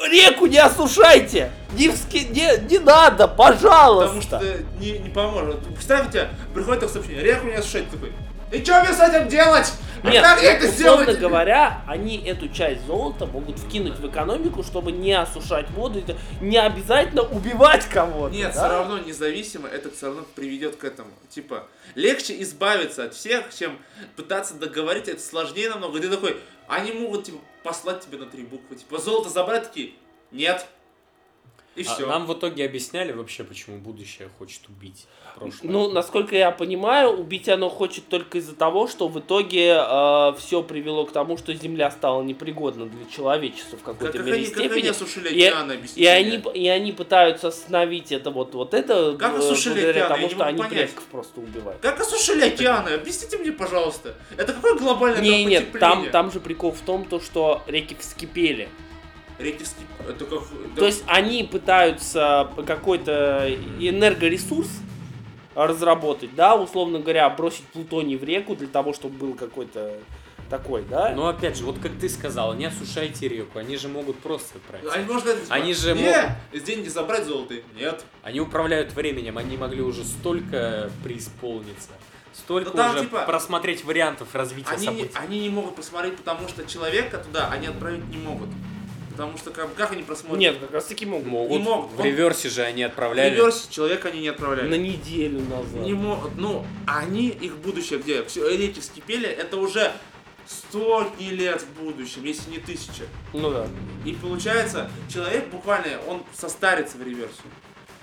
реку не осушайте! Не, вски- не, не надо, пожалуйста!» Потому что это не, не поможет. Представь, у тебя приходит такое сообщение, реку не осушать такой. И что мне с этим делать? А Нет, как я это условно сделать? говоря, они эту часть золота могут вкинуть в экономику, чтобы не осушать воду, это не обязательно убивать кого-то. Нет, да? все равно независимо, это все равно приведет к этому. Типа, легче избавиться от всех, чем пытаться договорить, это сложнее намного. И Ты такой, они могут типа послать тебе на три буквы. Типа, золото забрать такие. Нет. И А все. Нам в итоге объясняли вообще, почему будущее хочет убить прошлое. Ну, насколько я понимаю, убить оно хочет только из-за того, что в итоге все привело к тому, что Земля стала непригодна для человечества в Как, какой-то как мере они, как они степени. осушили И- океан, И объясните они, мне. и они пытаются остановить это вот, вот это Как э, осушили благодаря океан? Я тому, не что могу они понять. предков просто убивают. Как осушили океаны? Объясните мне, пожалуйста. Это какое глобальное Не, нет, там, потепление? там же прикол в том, то, что реки вскипели. Рейкевский... Это как... То есть они пытаются какой-то энергоресурс разработать, да, условно говоря, бросить плутоний в реку для того, чтобы был какой-то такой, да? Ну, Но опять же, вот как ты сказал, не осушайте реку, они же могут просто отправиться. А Они, можно это, Они же Не, деньги забрать золото. Нет. Они управляют временем, они могли уже столько преисполниться, столько Ну, там, уже типа, просмотреть вариантов развития Они а, не, событий. они не могут посмотреть, потому что человека туда они отправить не могут. Потому что как, как они просмотрят? Нет, как раз таки могут. Могут. не могут. Ну, В реверсе же они в отправляли. реверсе человека они не отправляют. На неделю назад. Не могут. Ну, они, их будущее где? Все, реки вскипели, это уже сотни лет в будущем, если не тысяча. Ну да. И получается, человек буквально, он состарится в реверсе.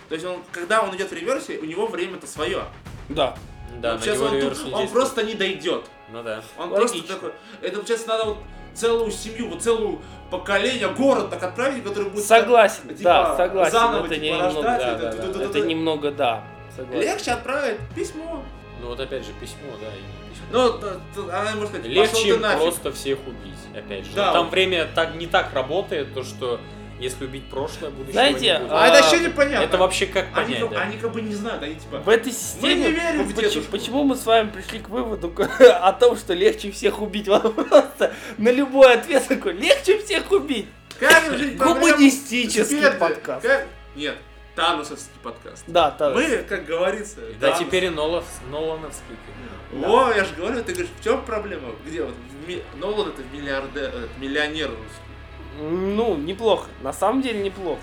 То есть он, когда он идет в реверсе, у него время-то свое. Да. Да, Вот на сейчас него он, тут- реверс не он действует. просто не дойдет. Ну да. Он Логично. просто такой. Это получается надо вот целую семью, вот целую поколение, город так отправить, который будет. Согласен, типа, да, согласен. заново, это типа, не немного, рождать, да, это да, да. ту-ту-ту-ту-ту. Это немного, да. Согласен. Легче отправить письмо. Ну вот опять же письмо, да. и письмо. Ну, т- т- она может сказать, пошел Легче ты им нафиг. просто всех убить, опять же. Да, Там вот. время так, не так работает, то что если убить прошлое, будущее Знаете, не будет. А это А, вообще непонятно. Это вообще как они, понять, как- да? они как бы не знают, они типа... В этой Мы не системе... верим в поч- дедушку. Почему мы с вами пришли к выводу о том, что легче всех убить? Вот Просто на любой ответ такой, легче всех убить. Как решить проблему Гуманистический смерти? подкаст. Как- Нет, Танусовский подкаст. Да, да. Мы, как говорится... Да Танос. теперь и Нолов- Нолановский. Во, я же говорю, ты говоришь, в чем проблема? Где вот? в ми- Нолан это миллиардер, э, миллионер русский. Ну, неплохо. На самом деле неплохо.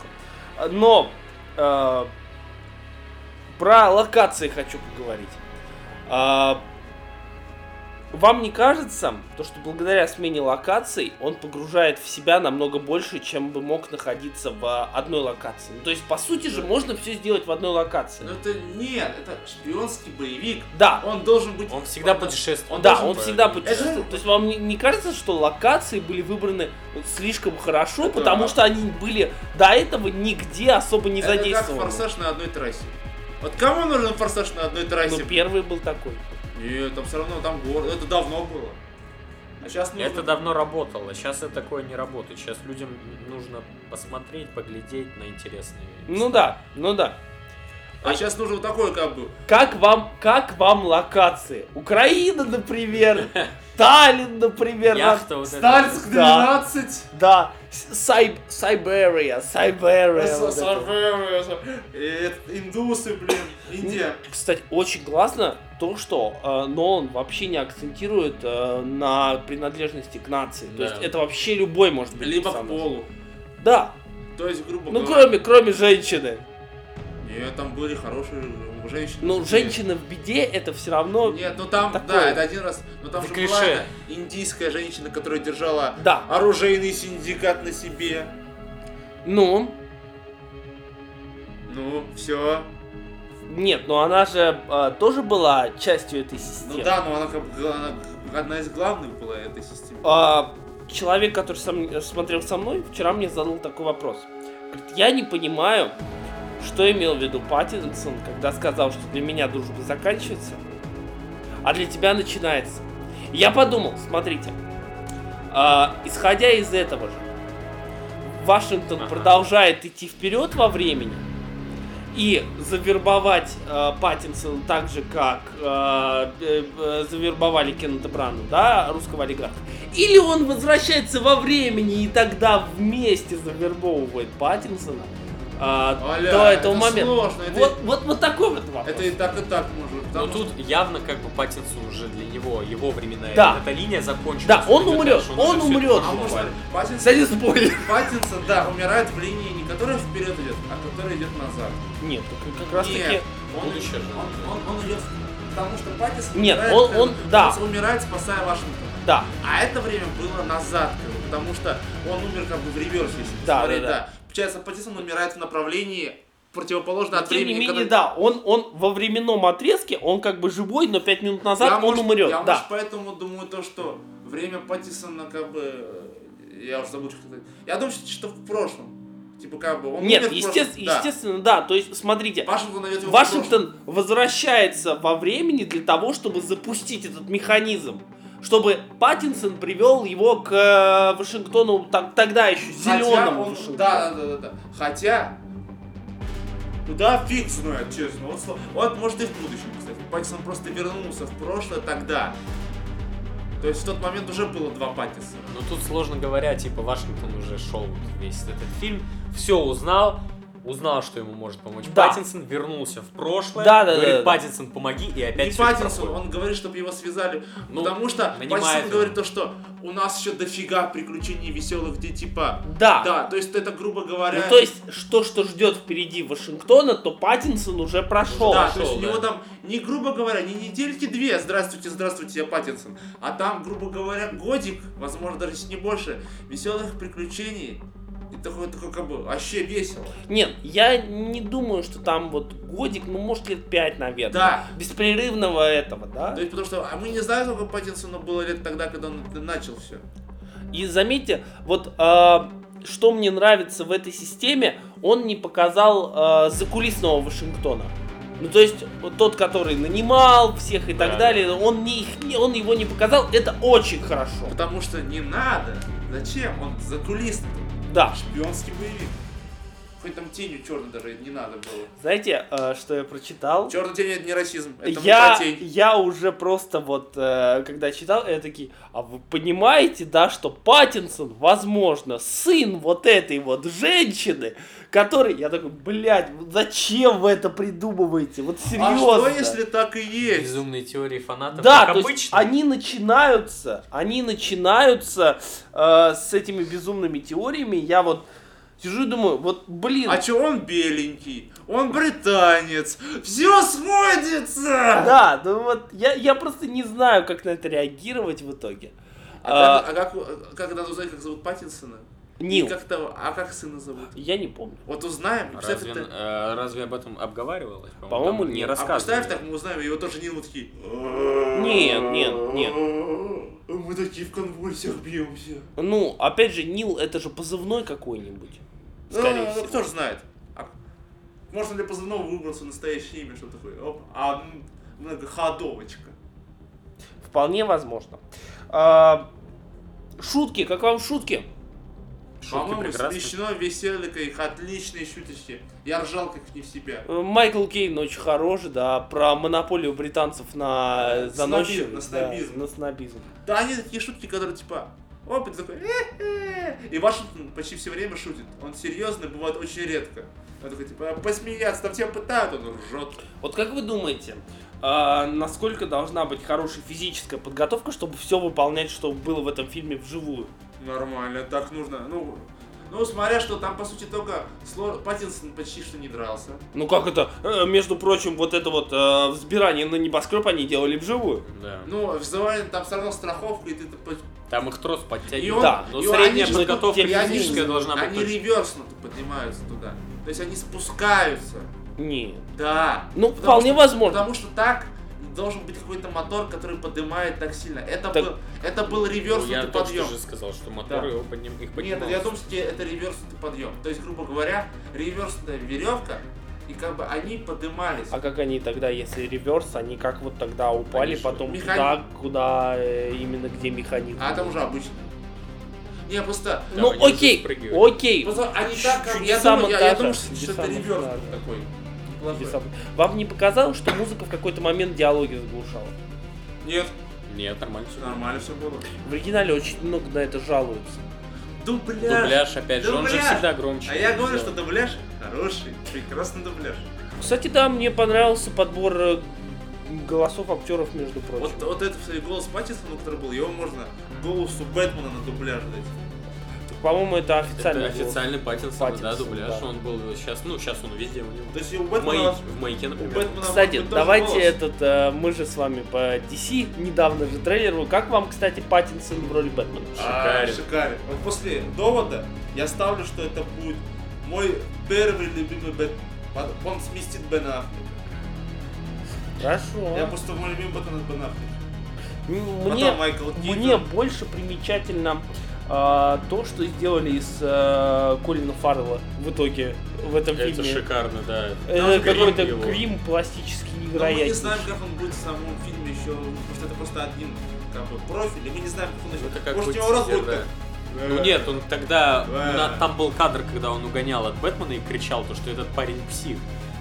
Но э, про локации хочу поговорить. А, вам не кажется, то, что благодаря смене локаций он погружает в себя намного больше, чем бы мог находиться в а, одной локации? Ну, то есть, по сути же, можно все сделать в одной локации. Но Ну, это нет, это шпионский боевик. Да, Он должен быть... Он всегда Вот, путешествует. он да, должен он по- всегда по- путешествует. То есть вам не, не кажется, что локации были выбраны вот слишком хорошо, Это- потому что они были до этого нигде особо не Это как задействованы. форсаж на одной трассе. Вот кому нужен форсаж на одной трассе? Ну, первый был такой. Нет, там все равно там город. Это давно было. А сейчас нужно... Это давно работало, сейчас это такое не работает. Сейчас людям нужно посмотреть, поглядеть на интересные вещи. Ну да, ну да. А сейчас нужно вот такое как бы. Как вам, как вам локации? Украина, например, Таллин, например, Яхта на- вот эта. Стальск Да. 12! да, С- Сайб- Сайберия, Сайберия. С- вот с- это вот. Э, это Индусы, блин, Индия. Кстати, очень классно то, что э, Нолан вообще не акцентирует э, на принадлежности к нации. То Да. есть это вообще любой может быть. Либо к персонаж. полу. Да. То есть, грубо Ну говоря. кроме, кроме женщины. Нет, там были хорошие э, женщины. Ну, женщина в беде это все равно. Нет, ну там, да, такое. это один раз. Но там Это же была клише. эта индийская женщина, которая держала Да. оружейный синдикат на себе. Ну, Ну, все. нет, но она же э, тоже была частью этой системы. Ну да, но она как бы гла- она как бы одна из главных была этой системы. А, человек, который со мн- смотрел со мной, вчера мне задал такой вопрос. Говорит, я не понимаю, что имел в виду Паттинсон, когда сказал, что для меня дружба заканчивается, а для тебя начинается. И Я подумал, смотрите, а, исходя из этого же, Вашингтон Ага. продолжает идти вперед во времени и завербовать э, Паттинсона так же, как э, э, э, завербовали Кеннета Брана, да, русского олигарха. Или он возвращается во времени и тогда вместе завербовывает Паттинсона а, Оля, до этого это момента. сложно, это- Вот, Ну, вот, вот такой вот вопрос. Это и так, и так может. быть, Но потому тут явно как бы Паттинсон уже для него, его времена, Да. эта линия закончилась. Да, он идет умрет, дальше, он уже всё это умрет. А может, прожил. Паттинсон, Кстати, спойлер. Паттинсон, да, умирает в линии, не которая вперед идет, а которая идет назад. Нет, так как раз таки... Нет, он, будущее же. он, он, он идет, потому что Паттинсон Нет, умирает, он- как- он- да. он умирает, спасая Вашингтон. Да, А это время было назад, как бы, потому что он умер как бы в реверсе, если Да, посмотреть, да, да, да. Получается, Паттинсон умирает в направлении противоположно но от тем не времени, менее, когда- да, он, он во временном отрезке, он как бы живой, но пять минут назад Я, он может, умрет. Я, да. может, поэтому думаю то, что время Паттисона как бы... э, Я уже забыл, что сказать. Я думаю, что, что в прошлом. Типа как бы он Нет, умер в есте- прошлом. Да. естественно, да. То есть, смотрите, Вашингтон найдет его в прошлом. Вашингтон возвращается во времени для того, чтобы запустить этот механизм. Чтобы Паттинсон привел его к э, Вашингтону так- тогда еще Хотя зеленому он- Вашингтону. Да, да, да, да, да. Хотя... Ну да, фиг знает, честно. Он, сло- он, может и в будущем, кстати. Паттисон просто вернулся в прошлое тогда. То есть в тот момент уже было два Паттисона. Но Ну тут, сложно говоря, типа Вашингтон уже шел весь этот фильм, все узнал, узнал, что ему может помочь Да. Паттинсон, вернулся в прошлое, Да, да, говорит да, да. Паттинсон, помоги, и опять не всё это Паттинсон, проходит. он говорит, чтобы его связали. Ну, потому что нанимает Паттинсон его. говорит то, что у нас еще дофига приключений веселых, где типа... Да. Да, то есть это, грубо говоря... А. Ну, то есть, что, что ждет впереди Вашингтона, то Паттинсон уже прошел. да, шел, то есть у да. него там, не грубо говоря, не недельки две, здравствуйте, здравствуйте, я Паттинсон, а там, грубо говоря, годик, возможно, даже чуть не больше, веселых приключений. И такое, такое как бы вообще весело. Нет, я не думаю, что там вот годик, ну, может, лет пять, наверное. Да. Беспрерывного этого, да? То есть потому что а мы не знаем, сколько Паттинсону было лет тогда, когда он это начал все. И заметьте, вот а, что мне нравится в этой системе, он не показал а, закулисного э, Вашингтона. Ну, то есть, вот тот, который нанимал всех и так Да. далее, он, не, их не- он его не показал, это очень хорошо. Потому что не надо. Зачем? Он за кулисный Да. А шпионский боевик. Хоть там тенью черной даже не надо было. Знаете, э, что я прочитал? Черная тень это не расизм, это я, про тень. я уже просто вот, э, когда читал, я такие, а вы понимаете, да, что Паттинсон, возможно, сын вот этой вот женщины, который, я такой, блядь, вот зачем вы это придумываете? Вот серьезно. А что если так и есть? Безумные теории фанатов, Да, как то есть обычно. они начинаются, они начинаются э, с этими безумными теориями. Я вот сижу и думаю, вот, блин, А чё он беленький? Он британец. Все сходится! да, ну вот я, я просто не знаю, как на это реагировать в итоге. А, А, как, а как, как надо узнать, как зовут Паттинсона? Нил, И Как того, а как сына зовут? я не помню. Вот узнаем. и Разве, это- э, разве об этом обговаривалось? По-моему, там не нет. А представь, рассказывали. так мы узнаем, и его тоже Нил вот такие. Нет, нет, нет. Мы такие в конвульсиях бьемся. Ну, опять же, Нил это же позывной какой-нибудь. Скорее Ну, всего. кто же знает. А Можно для позывного выбраться настоящее имя, что такое? Оп, а м, многоходовочка. Вполне возможно. А, шутки, как вам шутки? Шутки По-моему, прекрасны. смешно, веселенько, их отличные шуточки. Я ржал как не в себя. Э, Майкл Кейн очень хорош, да, про монополию британцев на Э, заносчивость. снобизм, на да, снобизм. на снобизм. Да они такие шутки, которые типа, оп, и ты такой, «Э-э-э». и Вашингтон почти все время шутит. Он серьезный, бывает очень редко. Он такой, типа, посмеяться, там тебя пытают, он ржет. Вот как вы думаете, а, насколько должна быть хорошая физическая подготовка, чтобы все выполнять, что было в этом фильме вживую? Нормально, так нужно. Ну, ну, смотря что там, по сути, только Сло... Паттинсон почти что не дрался. Ну как это, э, между прочим, вот это вот э, взбирание на небоскреб они делали вживую. Да. Ну, вызывали там все равно страховка, и ты т- по- Там их трос И подтягивает. он- Да, Но и он- ну, они средняя же- подготовка тут- и они же- физическая должна быть Они точно. реверсно поднимаются туда. То есть они спускаются. Нет. Да. Ну, Потому вполне что- возможно. Потому что так должен быть какой-то мотор, который поднимает так сильно. Это, Так- был, это был Ну, реверснутый Я только подъем. что же сказал, что мотор Да. его подним... их Нет, поднимал. я думаю, что это реверснутый подъем. То есть, грубо говоря, реверсная веревка, и как бы они поднимались. А как они тогда, если реверс, они как вот тогда упали Они что, потом механи- туда, куда э, именно где механизм? А там уже обычно. Не, просто... Да, ну они уже окей, спрыгивают. окей. просто они Ну, так, как бы- я Чудеса думаю, я, я монтажа. думаю, что, что Чудеса это реверс монтажа. такой. неплохой. Чудеса. Вам не показалось, что музыка в какой-то момент диалоги заглушала? Нет, Нет, нормально все. нормально все было. В оригинале очень много на это жалуются. Дубляж. Дубляж, опять же, он же Дубляж. всегда громче. А я говорю, что сделает. дубляж хороший, прекрасный дубляж. Кстати, да, мне понравился подбор э, голосов актеров, между Вот, прочим. вот этот кстати, голос Паттинсона, который был, его можно голосу Бэтмена на дубляж дать. По-моему, это Это официально. официальный Паттинсон, да, Паттинсон, дубляж, да. он был сейчас, ну, сейчас он везде у него. То есть и у В Бэтмена... Май- в майке, у например. Бэтмена Кстати, может быть тоже давайте голос. этот, э, мы же с вами по DC недавно же трейлеру. Как вам, кстати, Паттинсон в роли Бэтмена? А, Шикарен. шикарен. Вот после довода я ставлю, что это будет мой первый любимый Бэт... под- Он сместит Бен Аффлека. Я Хорошо. просто мой любимый Бэтмен это Бен Аффлек. М- Мне, Потом Майкл Китон. мне больше примечательно э, то, что сделали из э, Колина Фаррелла в итоге в этом Это фильме. шикарно, да. Это Грим Э, какой-то его. грим пластически Но Ну, мы не невероятный. знаем, как он будет в самом фильме еще, потому что это просто один как бы, профиль, и мы не знаем, как он еще. Это как Может, будет у него рот сидеть, будет так. Ну нет, он тогда... Да. на- Там был кадр, когда он угонял от Бэтмена и кричал, то, что этот парень псих.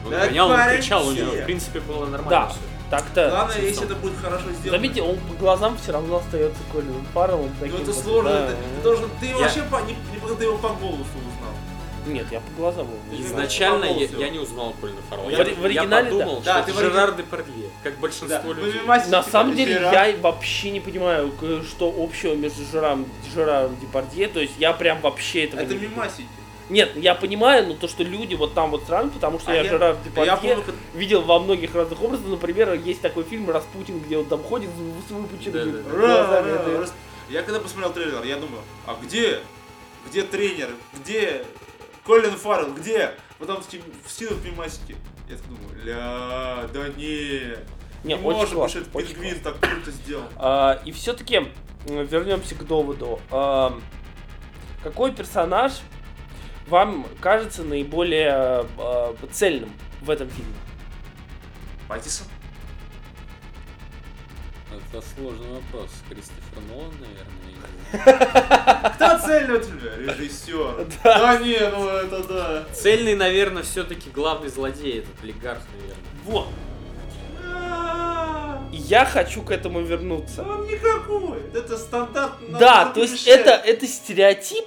Он Да, угонял, он парень кричал, у него, псих. в принципе, было Да. нормально всё. Так-то. Главное, если это будет хорошо сделано. Заметьте, он по глазам все равно остается Колином Фарреллом. Ну таким это вот, сложно, да. это- ты должен, ты Я- вообще по, не, не по- ты его по голосу узнал. Нет, я по глазам его не Из- знаю. Изначально Попал я, всё. я не узнал Колина Фаррелла. В- Я, в я оригинале, подумал, да. Да, что ты в это оригинале- Жерар де Депардье, как Да. большинство Вы людей. понимаете, На типа, самом деле, Жерар- я вообще не понимаю, к- что общего между Жераром, Жераром Депардье, то есть я прям вообще этого Это не... мимасики. Нет, я понимаю, но то, что люди вот там вот сравнивают, потому что А я, типа, я- Жерар Да Депардье Я помню, как- видел во многих разных образах, например, есть такой фильм «Распутин», где он там ходит с выпученными Да-да-да. Ра, глазами. ра, это- рас- Я когда посмотрел трейлер, я думаю, а где? Где тренер? Где Колин Фаррелл? Где? Потом с- вскинут мимасики. Я так думаю, ля, да не. Не, не очень может быть, классно, что этот очень пингвин так круто сделал. А, И все-таки вернемся к доводу. Ам, Какой персонаж а, вам кажется наиболее а, цельным в этом фильме? Паттисон? Это сложный вопрос. Кристофер Нолан, наверное. «А Кто цельный у тебя? Режиссер. Да не, ну это да. Цельный, наверное, все-таки главный злодей, этот олигарх, наверное. Вот. А, И Я хочу к этому вернуться. Он никакой. Это стандарт. Ну, на- Да, на то есть клише. это, это стереотип,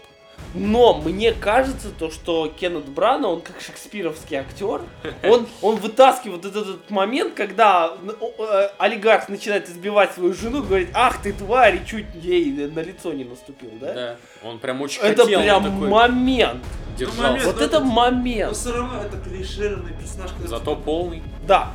но мне кажется, то, что Кеннет Брана, он как шекспировский актер, он, он вытаскивает вот этот момент, когда н- о- э, олигарх начинает избивать свою жену, говорит, ах ты тварь, и чуть ей на лицо не наступил, да? Он прям очень Это хотел, он прям такой ну, момент. держался. Ну, момент. Вот это Но момент. все Ну, равно это клишированный персонаж. который- Зато полный. Да.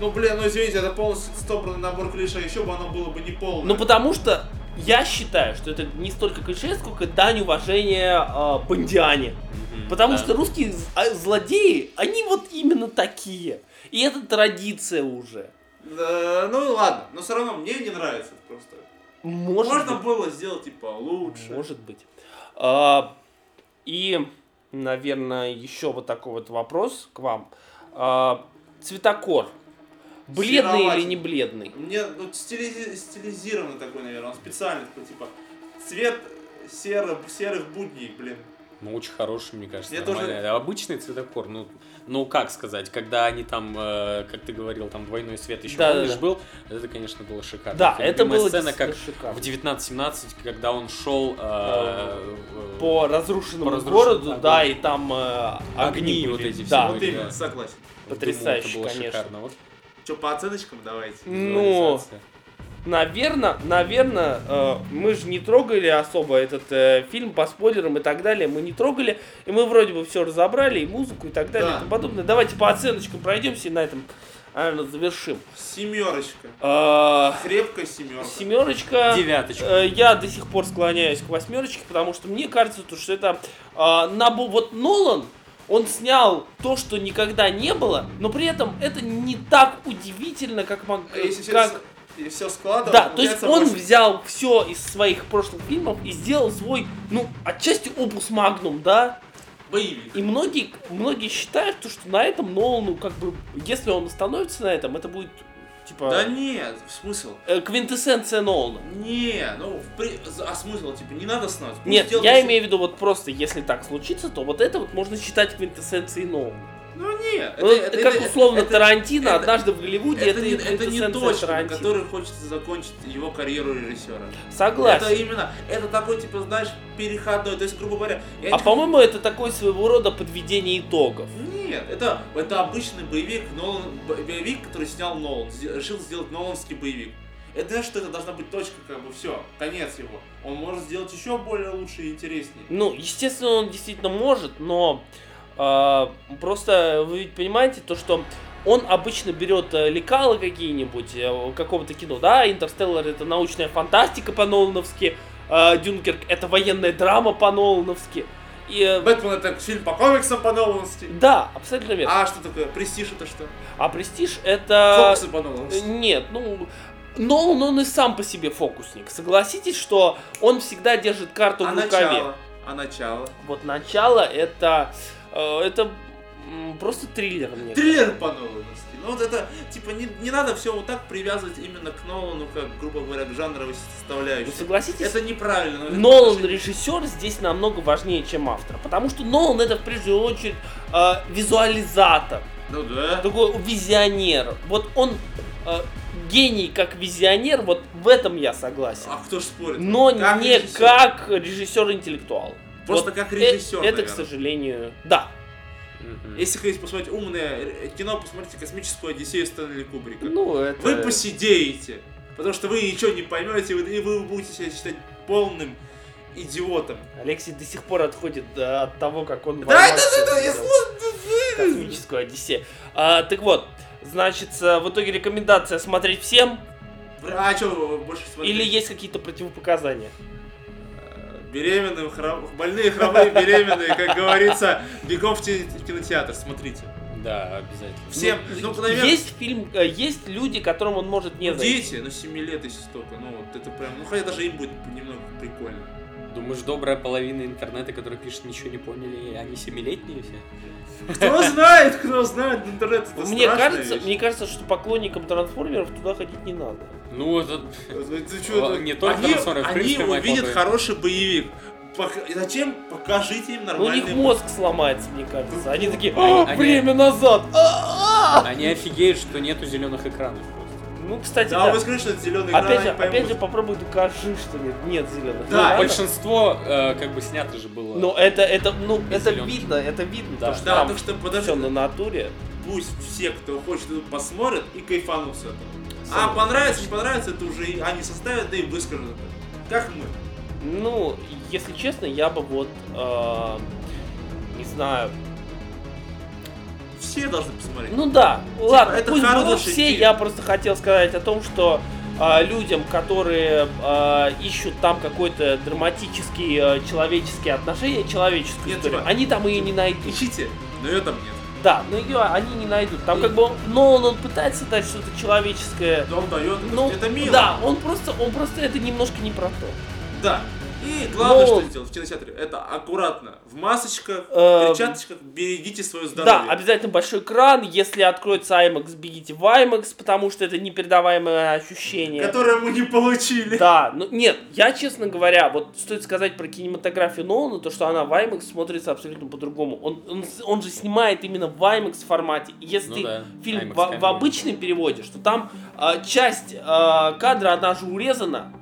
Ну блин, ну извините, это полностью стобранный набор клише, еще бы оно было бы не полное. Ну потому что я считаю, что это не столько клише, сколько дань уважения э, Бондиане. Мгм, Потому да. что русские з- а, злодеи, они вот именно такие. И это традиция уже. Да, Ну ладно, но все равно мне не нравится это просто. Может Можно быть. было сделать типа, и получше. Может быть. А, и, наверное, еще вот такой вот вопрос к вам. А, цветокор. Бледный или Сероватенький. не бледный? Мне ну, стилизи- стилизированный такой, наверное, он специально такой, типа, цвет серо- серых будней, блин. Ну, очень хороший, мне кажется, Я нормальный. тоже- А Обычный цветокор, ну, ну, как сказать, когда они там, э, как ты говорил, там двойной свет еще Да, да, помнишь, да. был, это, конечно, было шикарно. Да, это любимая было э, типа, сцена, как действительно в шикарно. 19-17, когда он шел э, э, По разрушенному По разрушенному городу, городу. да, и там э, огни, Огни вот были. эти все Да. были. Вот именно, да. согласен. в потрясающе, Думу, это было конечно. шикарно. Вот Че, по оценочкам давайте? Ну, визуализация. Наверное, наверное, э, мы же не трогали особо этот э, фильм по спойлерам и так далее. Мы не трогали, и мы вроде бы все разобрали, и музыку, и так далее, Да. и тому подобное. Давайте по оценочкам пройдемся и на этом, наверное, завершим. Семерочка. Э, Крепкая семерка. Семерочка. Девяточка. Э, Я до сих пор склоняюсь к восьмерочке, потому что мне кажется, то, что это э, набо- Вот Нолан, он снял то, что никогда не было, но при этом это не так удивительно, как мог... А если все, как- если все складывать, Да, ну, то есть получается он восемь. взял все из своих прошлых фильмов и сделал свой, ну, отчасти опус магнум, да? Боевик. И многие, многие считают, то, что на этом Нолану, как бы, если он остановится на этом, это будет, типа, Да нет, смысл. э, квинтэссенция Нолана. Не, ну, в при- а смысл, типа, не надо становиться. Пусть Нет, делает я всё. имею в виду вот просто, если так случится, то вот это вот можно считать квинтэссенцией Нолана. Ну, нет. Ну, как условно Тарантино это- однажды в Голливуде, это, это, не, это не квинтэссенция точка, на Тарантино. которой хочется закончить его карьеру режиссера. Это Согласен. именно, это такой, типа, знаешь, переходной, то есть, грубо говоря... я А не- по-моему, это такое своего рода подведение итогов. Нет, это, это обычный боевик, Нолан, бо- боевик, который снял Нолан, зе- решил сделать ноланский боевик. Это знаешь, что это должна быть точка, как бы все, конец его. Он может сделать еще более лучше и интереснее. Ну, естественно, он действительно может, но э, просто вы ведь понимаете то, что он обычно берет э, лекалы какие-нибудь э, какого-то кино, да, Интерстеллар это научная фантастика по-нолановски, э, Дюнкерк это военная драма по-нолановски. И, э, Бэтмен это фильм по комиксам по Нолански. да, абсолютно верно. А, А что такое? Престиж это что? Престиж это... Фокусы по Э, Нолански. Нет, ну... Нолан, он и сам по себе фокусник. Согласитесь, что он всегда держит карту А в рукаве. начало? А начало? Вот начало это... э, Это м, просто триллер мне. Триллер по Нолански. Ну вот это, типа, не, не надо все вот так привязывать именно к Нолану, как, грубо говоря, к жанровой кажется. составляющей. Вы согласитесь? Это неправильно. но- Ну, Нолан режиссер здесь намного важнее, чем автор. Потому что Нолан это в прежнюю очередь э, визуализатор, Ну да. такой визионер. Вот он э, гений как визионер, вот в этом я согласен. А кто ж спорит? Но Как не режиссер. как режиссер-интеллектуал. Просто Вот как э- режиссер, Это, к наверное. сожалению, да. Мгм. Если хотите посмотреть умное э, кино, посмотрите «Космическую Одиссею» Стэнли Кубрика. Ну, это... Вы посидеете, потому что вы ничего не поймете, и вы- и вы будете себя считать полным идиотом. Алексей до сих пор отходит э, от того, как он... Да, это, ворвался это, в я ну, эту слушаю. Космическую Одиссею. А, так вот, значит, э, в итоге рекомендация смотреть всем? А что больше смотреть? Или есть какие-то противопоказания? Э, Беременные, хром- больные, хромые, беременные, как говорится, бегом в ти- кинотеатр, смотрите. Да, обязательно. Всем, ну, наверное, Есть фильм, э, есть люди, которым он может не зайти. дети, ну, 7 лет, если столько, ну, вот это прям, ну, хотя даже им будет немного прикольно. Думаешь, добрая половина интернета, которые пишут, ничего не поняли, и они семилетние все? Кто знает, кто знает, интернет это Мне страшная кажется, вещь. мне кажется, что поклонникам трансформеров туда ходить не надо. Ну, это Ты чё, не только они трансформеры, в они принципе, Майкл увидят Бэй. хороший боевик. Пок- Зачем? Покажите им Но Ну, у них нормальный мозг сломается, мне кажется. Они такие, Они- «А, они- время назад! а, а». Они офигеют, что нету зеленых экранов просто. Ну, кстати, Да, да. вы скажете, что это зеленый Опять же, экран, они опять же, поймут. попробуй докажи, что нет, нет зеленых. Да, Ну, ладно. Большинство э, как бы снято же было. Но это, это, ну, это зелёных. видно, это видно, Да. потому что Да, там так что подожди, всё на натуре. пусть все, кто хочет, идут, посмотрят и кайфанут с этого. А понравится, не понравится, это уже и они составят, да и выскажут это. Как мы. Ну, если честно, я бы вот, э, не знаю, Все должны посмотреть. ну да, ладно, Типа, это пусть будут хороший все, фильм. я просто хотел сказать о том, что э, людям, которые э, ищут там какой-то драматический э, человеческие отношения, человеческую Нет, историю, типа, они там ее не найдут. Ищите, но ее там нет. Да, но ее они не найдут. Там как бы он- Нолан, он пытается дать что-то человеческое, Да он дает, ну, это мило. да, он просто, он просто это немножко не про то. Да. И Но- главное, что сделать в кинотеатре, это аккуратно. В масочках, Эм, в перчаточках берегите свое здоровье. Да, обязательно большой экран. Если откроется IMAX, бегите в IMAX, потому что это непередаваемое ощущение. Которое мы не получили. Да, ну нет, я, честно говоря, вот стоит сказать про кинематографию Нолана, то, что она в IMAX смотрится абсолютно по-другому. Он, он, с- он же снимает именно в IMAX формате. И Если Ну ты да, фильм IMAX, в, в конечно. обычном переводе, что там э, часть э, кадра, она же урезана,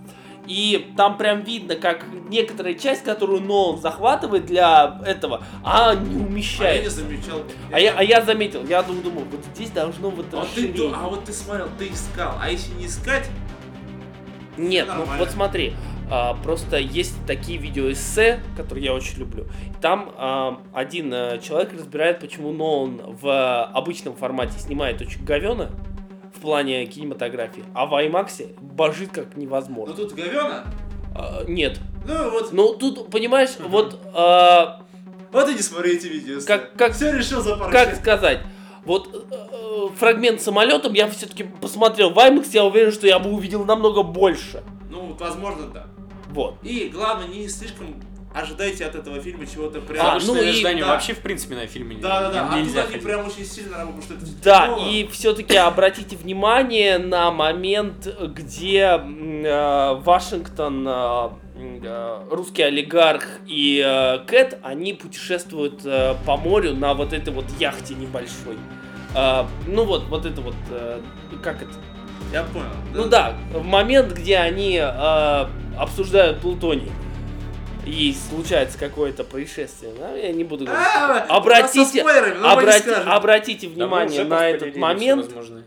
и там прям видно, как некоторая часть, которую Нолан захватывает для этого, а не А я умещает. не замечал. А я, а я заметил, я думал, думал, вот здесь должно вот А ты расширение. ду- а вот ты смотрел, ты искал. А если не искать, Нет, ну Нормально. вот смотри, а, просто есть такие видеоэссе, которые я очень люблю. Там а, один а, человек разбирает, почему Нолан в а, обычном формате снимает очень говёно в плане кинематографии, а в IMAX божит как ну невозможно. тут говена. А, нет. Ну вот, Ну тут, понимаешь, вот а, Вот и не смотри эти видео. Как- как- Все решил за пару как часов. сказать, вот э, э, фрагмент с самолетом я все-таки посмотрел в IMAX, я уверен, что я бы увидел намного больше. ну вот, возможно, да. Вот. И главное, не слишком ожидайте от этого фильма чего-то прям. Потому А, что ну и- ожидания да. вообще в принципе на фильме не- да, да, да. А нельзя тут они ходить. прям очень сильно работают, потому что это Да, ново. и все-таки обратите внимание на момент, где м, э, Вашингтон, э, м, э, русский олигарх и э, Кэт, они путешествуют э, по морю на вот этой вот яхте небольшой. Э, ну вот, вот это вот, э, как это? Я понял. Ну да, в момент, где они э, обсуждают плутоний, и случается какое-то происшествие, да, я не буду говорить. А, Обратите- со спойлерами, но мы А, ну, не Обрати- скажем. обратите Да, мы внимание уже на поспорили, этот все момент. возможное.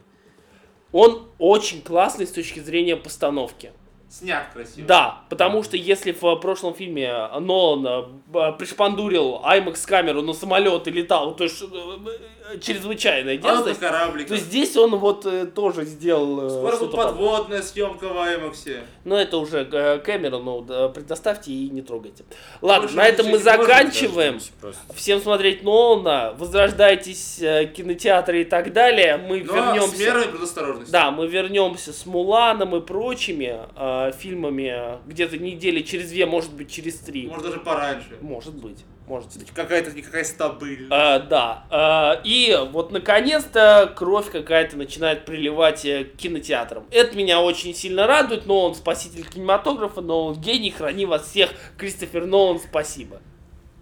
Он очень классный с точки зрения постановки. Снят красиво. Да, потому что если в прошлом фильме Нолан э, б- пришпандурил IMAX камеру на самолет и летал, то есть э, чрезвычайная А вот на дерзость, кораблике. то здесь он вот э, тоже сделал э, Скоро что-то будет подобное. подводная съемка в Аймаксе. Но это уже э, Кэмерону да, предоставьте и не трогайте. Ладно, Больше на этом мы ничего не можем заканчиваем. Просто. Всем смотреть Нолана, возрождайтесь э, кинотеатры и так далее. Мы Но вернемся. Ну, а с мерой предосторожности. Да, мы вернемся с Муланом и прочими э, фильмами э, где-то недели через две, может быть, через три. Может даже пораньше. Может быть, может быть. Какая-то никакая стабыль. Э, да. Э, и вот наконец-то кровь какая-то начинает приливать э, к кинотеатрам. Это меня очень сильно радует, но он спаситель кинематографа, но он гений, храни вас всех. Кристофер Нолан, спасибо.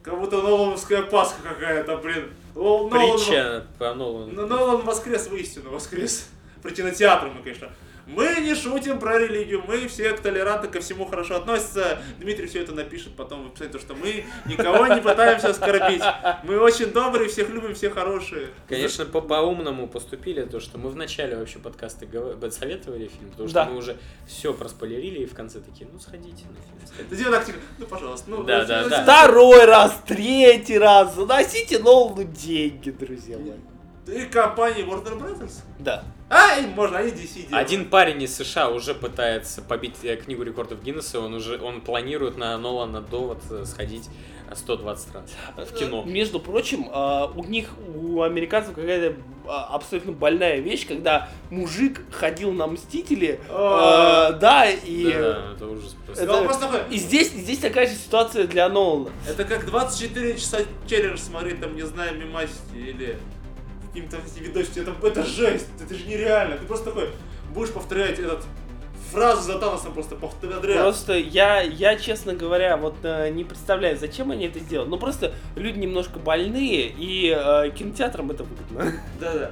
Как будто Нолановская Пасха какая-то, блин. Лол- Нолан- Притча по Нолану. Ну, Нолан воскрес воистину, воскрес. Про кинотеатр мы, конечно. Мы не шутим про религию, мы все толерантно ко всему хорошо относятся. Дмитрий все это напишет потом в описании, то, что мы никого не пытаемся оскорбить. Мы очень добрые, всех любим, все хорошие. Конечно, по- по-умному поступили, то, что мы в начале вообще подкаста гов- советовали фильм, потому что Да. мы уже все проспойлерили, и в конце такие, ну сходите на фильм. сходите. Да дело так типа, ну пожалуйста, ну Да, ну, да, ну, да. Второй раз, третий раз. Заносите Нолану деньги, друзья мои. И компания Warner Brothers? Да. А, им можно, они DC делают. Один парень из США уже пытается побить э, книгу рекордов Гиннесса, он уже он планирует на Нолана Довод э, сходить э, 120 раз в кино. Э, Между прочим, э, у них, у американцев какая-то э, абсолютно больная вещь, когда мужик ходил на Мстители, э, А. да, и... Да, это ужас просто. И это- он просто такой, И здесь, здесь такая же ситуация для Нолана. Это как 24 часа челлендж смотреть, там, не знаю, мимасики или каким-то видосики. Это, это жесть, это же нереально. Ты просто такой будешь повторять этот фразу за Таносом просто повторять. Просто я, я, честно говоря, вот э, не представляю, зачем они это сделали. Ну просто люди немножко больные, и э, кинотеатрам это выгодно. Да-да.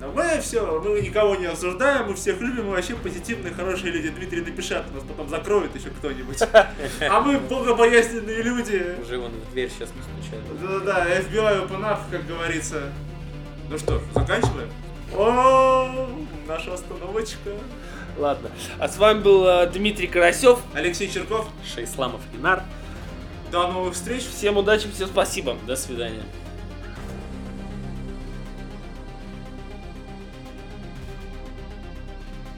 А мы все, мы никого не осуждаем, мы всех любим, мы вообще позитивные, хорошие люди. Дмитрий напишет, нас потом закроет еще кто-нибудь. А мы богобоязненные люди. Уже вон в дверь сейчас постучали. Да-да-да, FBI open up, как говорится. Ну что ж, заканчиваем? О, наша остановочка. Ладно. А с вами был э, Дмитрий Карасев. Алексей Черков, Шейсламов Ленар. до новых встреч. Всем удачи, всем спасибо. До свидания.